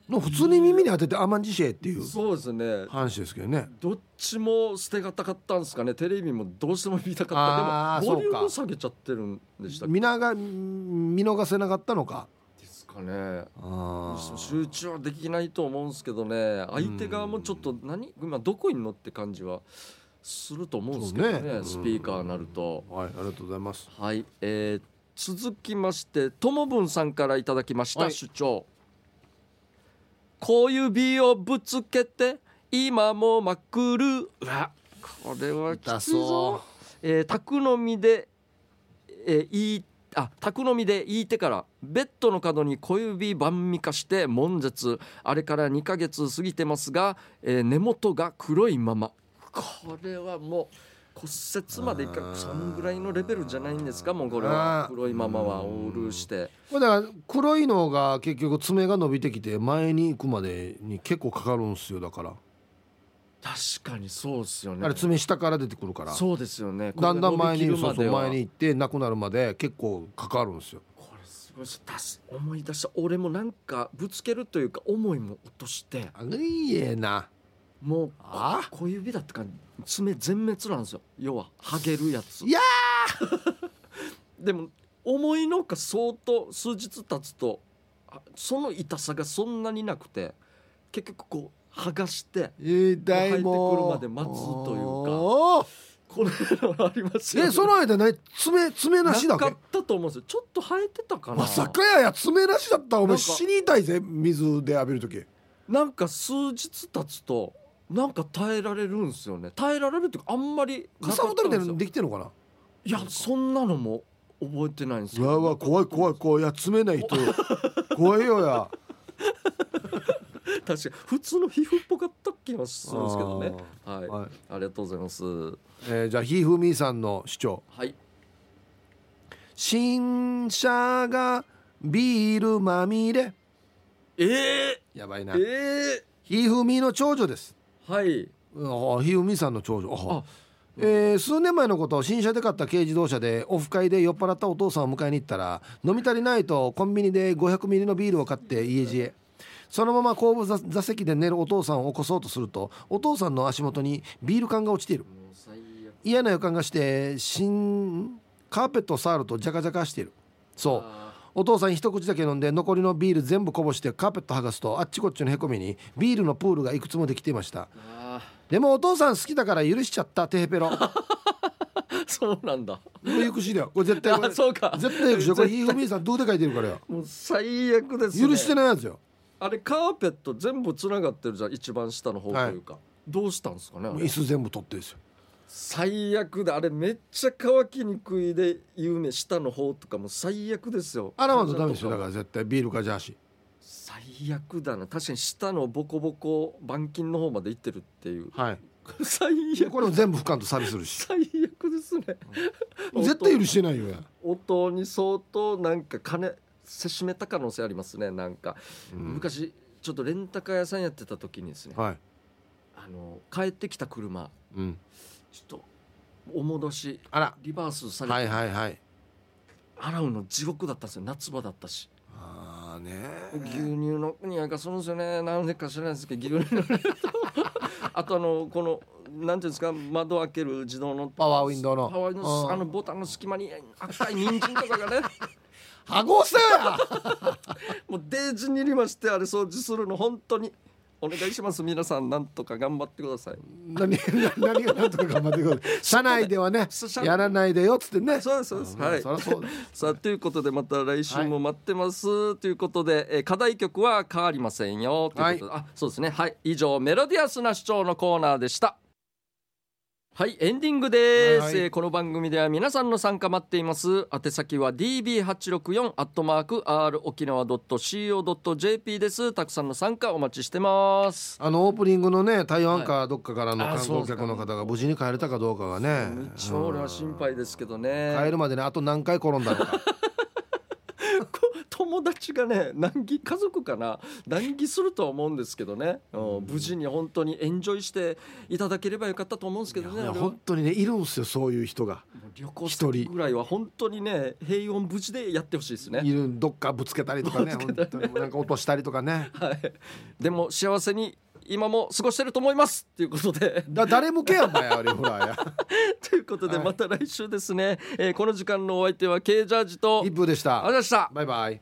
B: の普通に耳に当てて甘んじせえっていう
A: そうですね
B: 話ですけどね
A: どっちも捨てがたかったんですかねテレビもどうしても見たか
B: あ
A: っ
B: ー
A: たでもボリュー
B: そう
A: ム
B: か
A: 下げちゃってるんでしたっけ
B: 皆がん見逃せなかったのか
A: ですかね
B: あー
A: 集中はできないと思うんですけどね相手側もちょっと何今どこいんのって感じはすると思うんですけど
B: そうねう
A: ね
B: ん
A: スピーカーなると。
B: はいありがとうございます
A: はい、えー続きましてともぶんさんからいただきました、
B: はい
A: 主張小指をぶつけて今もまくるうわこれはきつい
B: 痛そ
A: ぞえー宅飲みで、えーいいあ宅飲みで言いてからベッドの角に小指晩みかして悶絶あれから2ヶ月過ぎてますが、えー根元が黒いままこれはもう骨折までい
B: あ
A: か
B: ー
A: そんぐらいのレベルじゃないんですかもうこれ
B: あ
A: は
B: ー
A: 黒いままはオールして
B: これだから黒いのが結局爪が伸びてきて前に行くまでに結構かかるんすよだから、
A: 確かにそうですよね
B: あれ爪下から出てくるから
A: そうですよね
B: だんだん前に
A: これが
B: そう
A: 伸びき
B: そう
A: るまでは
B: 前に行ってなくなるまで結構かかるんすよ
A: これすごいし出す思い出した俺もなんかぶつけるというか思いも落として
B: あいいえな
A: もう
B: あ
A: 小指だってか爪全滅なんですよ要はハゲるやつ
B: いや
A: <laughs> でも思いのほか相当数日経つとあその痛さがそんなになくて結局こう剥がして
B: 痛いもう
A: 生えてくるまで待つというか
B: おー
A: これありますよ、
B: えその間ね爪爪なし
A: な
B: だっ
A: かっ
B: け
A: たと思うんですよちょっと生えてたかな
B: まさかやや爪なしだったお
A: な
B: 前
A: んか
B: 死に痛いぜ水で浴びる時
A: なんか数日経つとなんか耐えられるんですよね耐えられるっていうかあんまりな
B: か
A: かっ
B: さ
A: た
B: ぶたみたい
A: んで
B: なの
A: すよ
B: できてんのかない
A: やそんなのも覚えてないんです
B: う
A: よ
B: わうわ怖い怖い怖いいや爪ない人怖いよや
A: <laughs> 確かに普通の皮膚っぽかった気がするんですけどねはい、
B: はい
A: ありがとうございますは
B: えーじゃあひふみさんの主張
A: い
B: 新車がビールまみれ
A: えー、
B: やばい
A: え
B: な
A: ー、
B: ひふみの長女です
A: はい
B: うんあひふみさんの長女あ
A: あ
B: えー数年前のことを新車で買った軽自動車でオフ会で酔っ払ったお父さんを迎えに行ったら飲み足りないとコンビニで500ミリのビールを買って家路へそのまま後部座座席で寝るお父さんを起こそうとするとお父さんの足元にビール缶が落ちている
A: もう最悪
B: 嫌な予感がして新カーペットを触るとジャカジャカしているそう
A: あ
B: お父さん一口だけ飲んで残りのビール全部こぼしてカーペット剥がすとあっちこっちのへこみにビールのプールがいくつもできていました
A: ーあー
B: でもお父さん好きだから許しちゃったテヘペロこ
A: <laughs> そうなんだ
B: れ行くしだよこれ絶 <laughs> 対こ
A: あ
B: れ
A: そうか
B: 絶対行くしこれひふみさんどうで書いてるからよ
A: もう最悪です、ね、
B: 許してないやつよ
A: あれカーペット全部つながってるじゃん一番下の方というか、どうしたんですかねあ
B: もう
A: れ
B: 椅子全部取ってるんですよ
A: 最悪だあれめっちゃ乾きにくいで有名下の方とかも最悪ですよ
B: 洗わんとダメですよだから絶対ビールかジャーシー
A: 最悪だな確かに下のボコボコ板金の方まで行ってるっていう
B: はい
A: 最
B: いや
A: 悪
B: これも全部不完とサービスする <laughs> し
A: 最悪ですね
B: 絶対許してないよや
A: 音に相当なんか金せしめた可能性ありますねなんか、
B: うん
A: 昔ちょっとレンタカー屋さんやってた時にですね
B: はい
A: あの帰ってきた車
B: うん
A: ちょっとお戻し
B: あら
A: リバースされて、
B: はいはいはい
A: 洗うの地獄だったんですよ夏場だったし
B: ああね
A: 牛乳の匂いがするんですよねなんでか知らないですけど牛乳の匂いと <laughs> あとあのこのなんていうんですか窓開ける自動の
B: パワーウィンドウの
A: パワーの
B: うん
A: あのボタンの隙間に赤い人参とか <laughs> がね
B: はごせや
A: もうデージにりましてあれ掃除するの本当にお願いします皆さんなんとか頑張ってください
B: 何何が何とか頑張
A: <laughs>
B: ってください社内ではね
A: 社内
B: やらないでよっつってね
A: そうですそうです
B: あ
A: はい
B: そりゃそうだ
A: さあということでまた来週も待ってます、ということで、えー課題曲は変わりませんよということで、あそうですねはい以上メロディアスな主張のコーナーでしたはいエンディングです、
B: はい
A: えーこの番組では皆さんの参加待っています宛先は db864 アットマーク r 沖縄 .co.jp ですたくさんの参加お待ちしてます
B: あのオープニングのね台湾かどっかからの
A: はいあ
B: 観光客の方が無事に帰れたかどうかがね
A: 一応俺は心配ですけど
B: うん
A: ね
B: 帰るまでねあと何回転んだのか
A: こ友達がね難儀家族かな難儀するとは思うんですけどね、うん無事に本当にエンジョイしていただければよかったと思うんですけど
B: い
A: <laughs> ね俺
B: や
A: はも
B: 本当にねいるんですよそういう人が
A: う旅行先ぐらいは本当にね平穏無事でやってほしいですね
B: い。るどっかぶつけたりとかね本当になんか落としたりとかね
A: はい、でも幸せに今も過ごしてると思いますということ <laughs> で
B: だ誰向けやんまやあれほらや
A: <laughs> ということで
B: はい
A: また来週ですね、えーこの時間のお相手は K ジャージとありがとう
B: 一風でした
A: ございました
B: バイバイ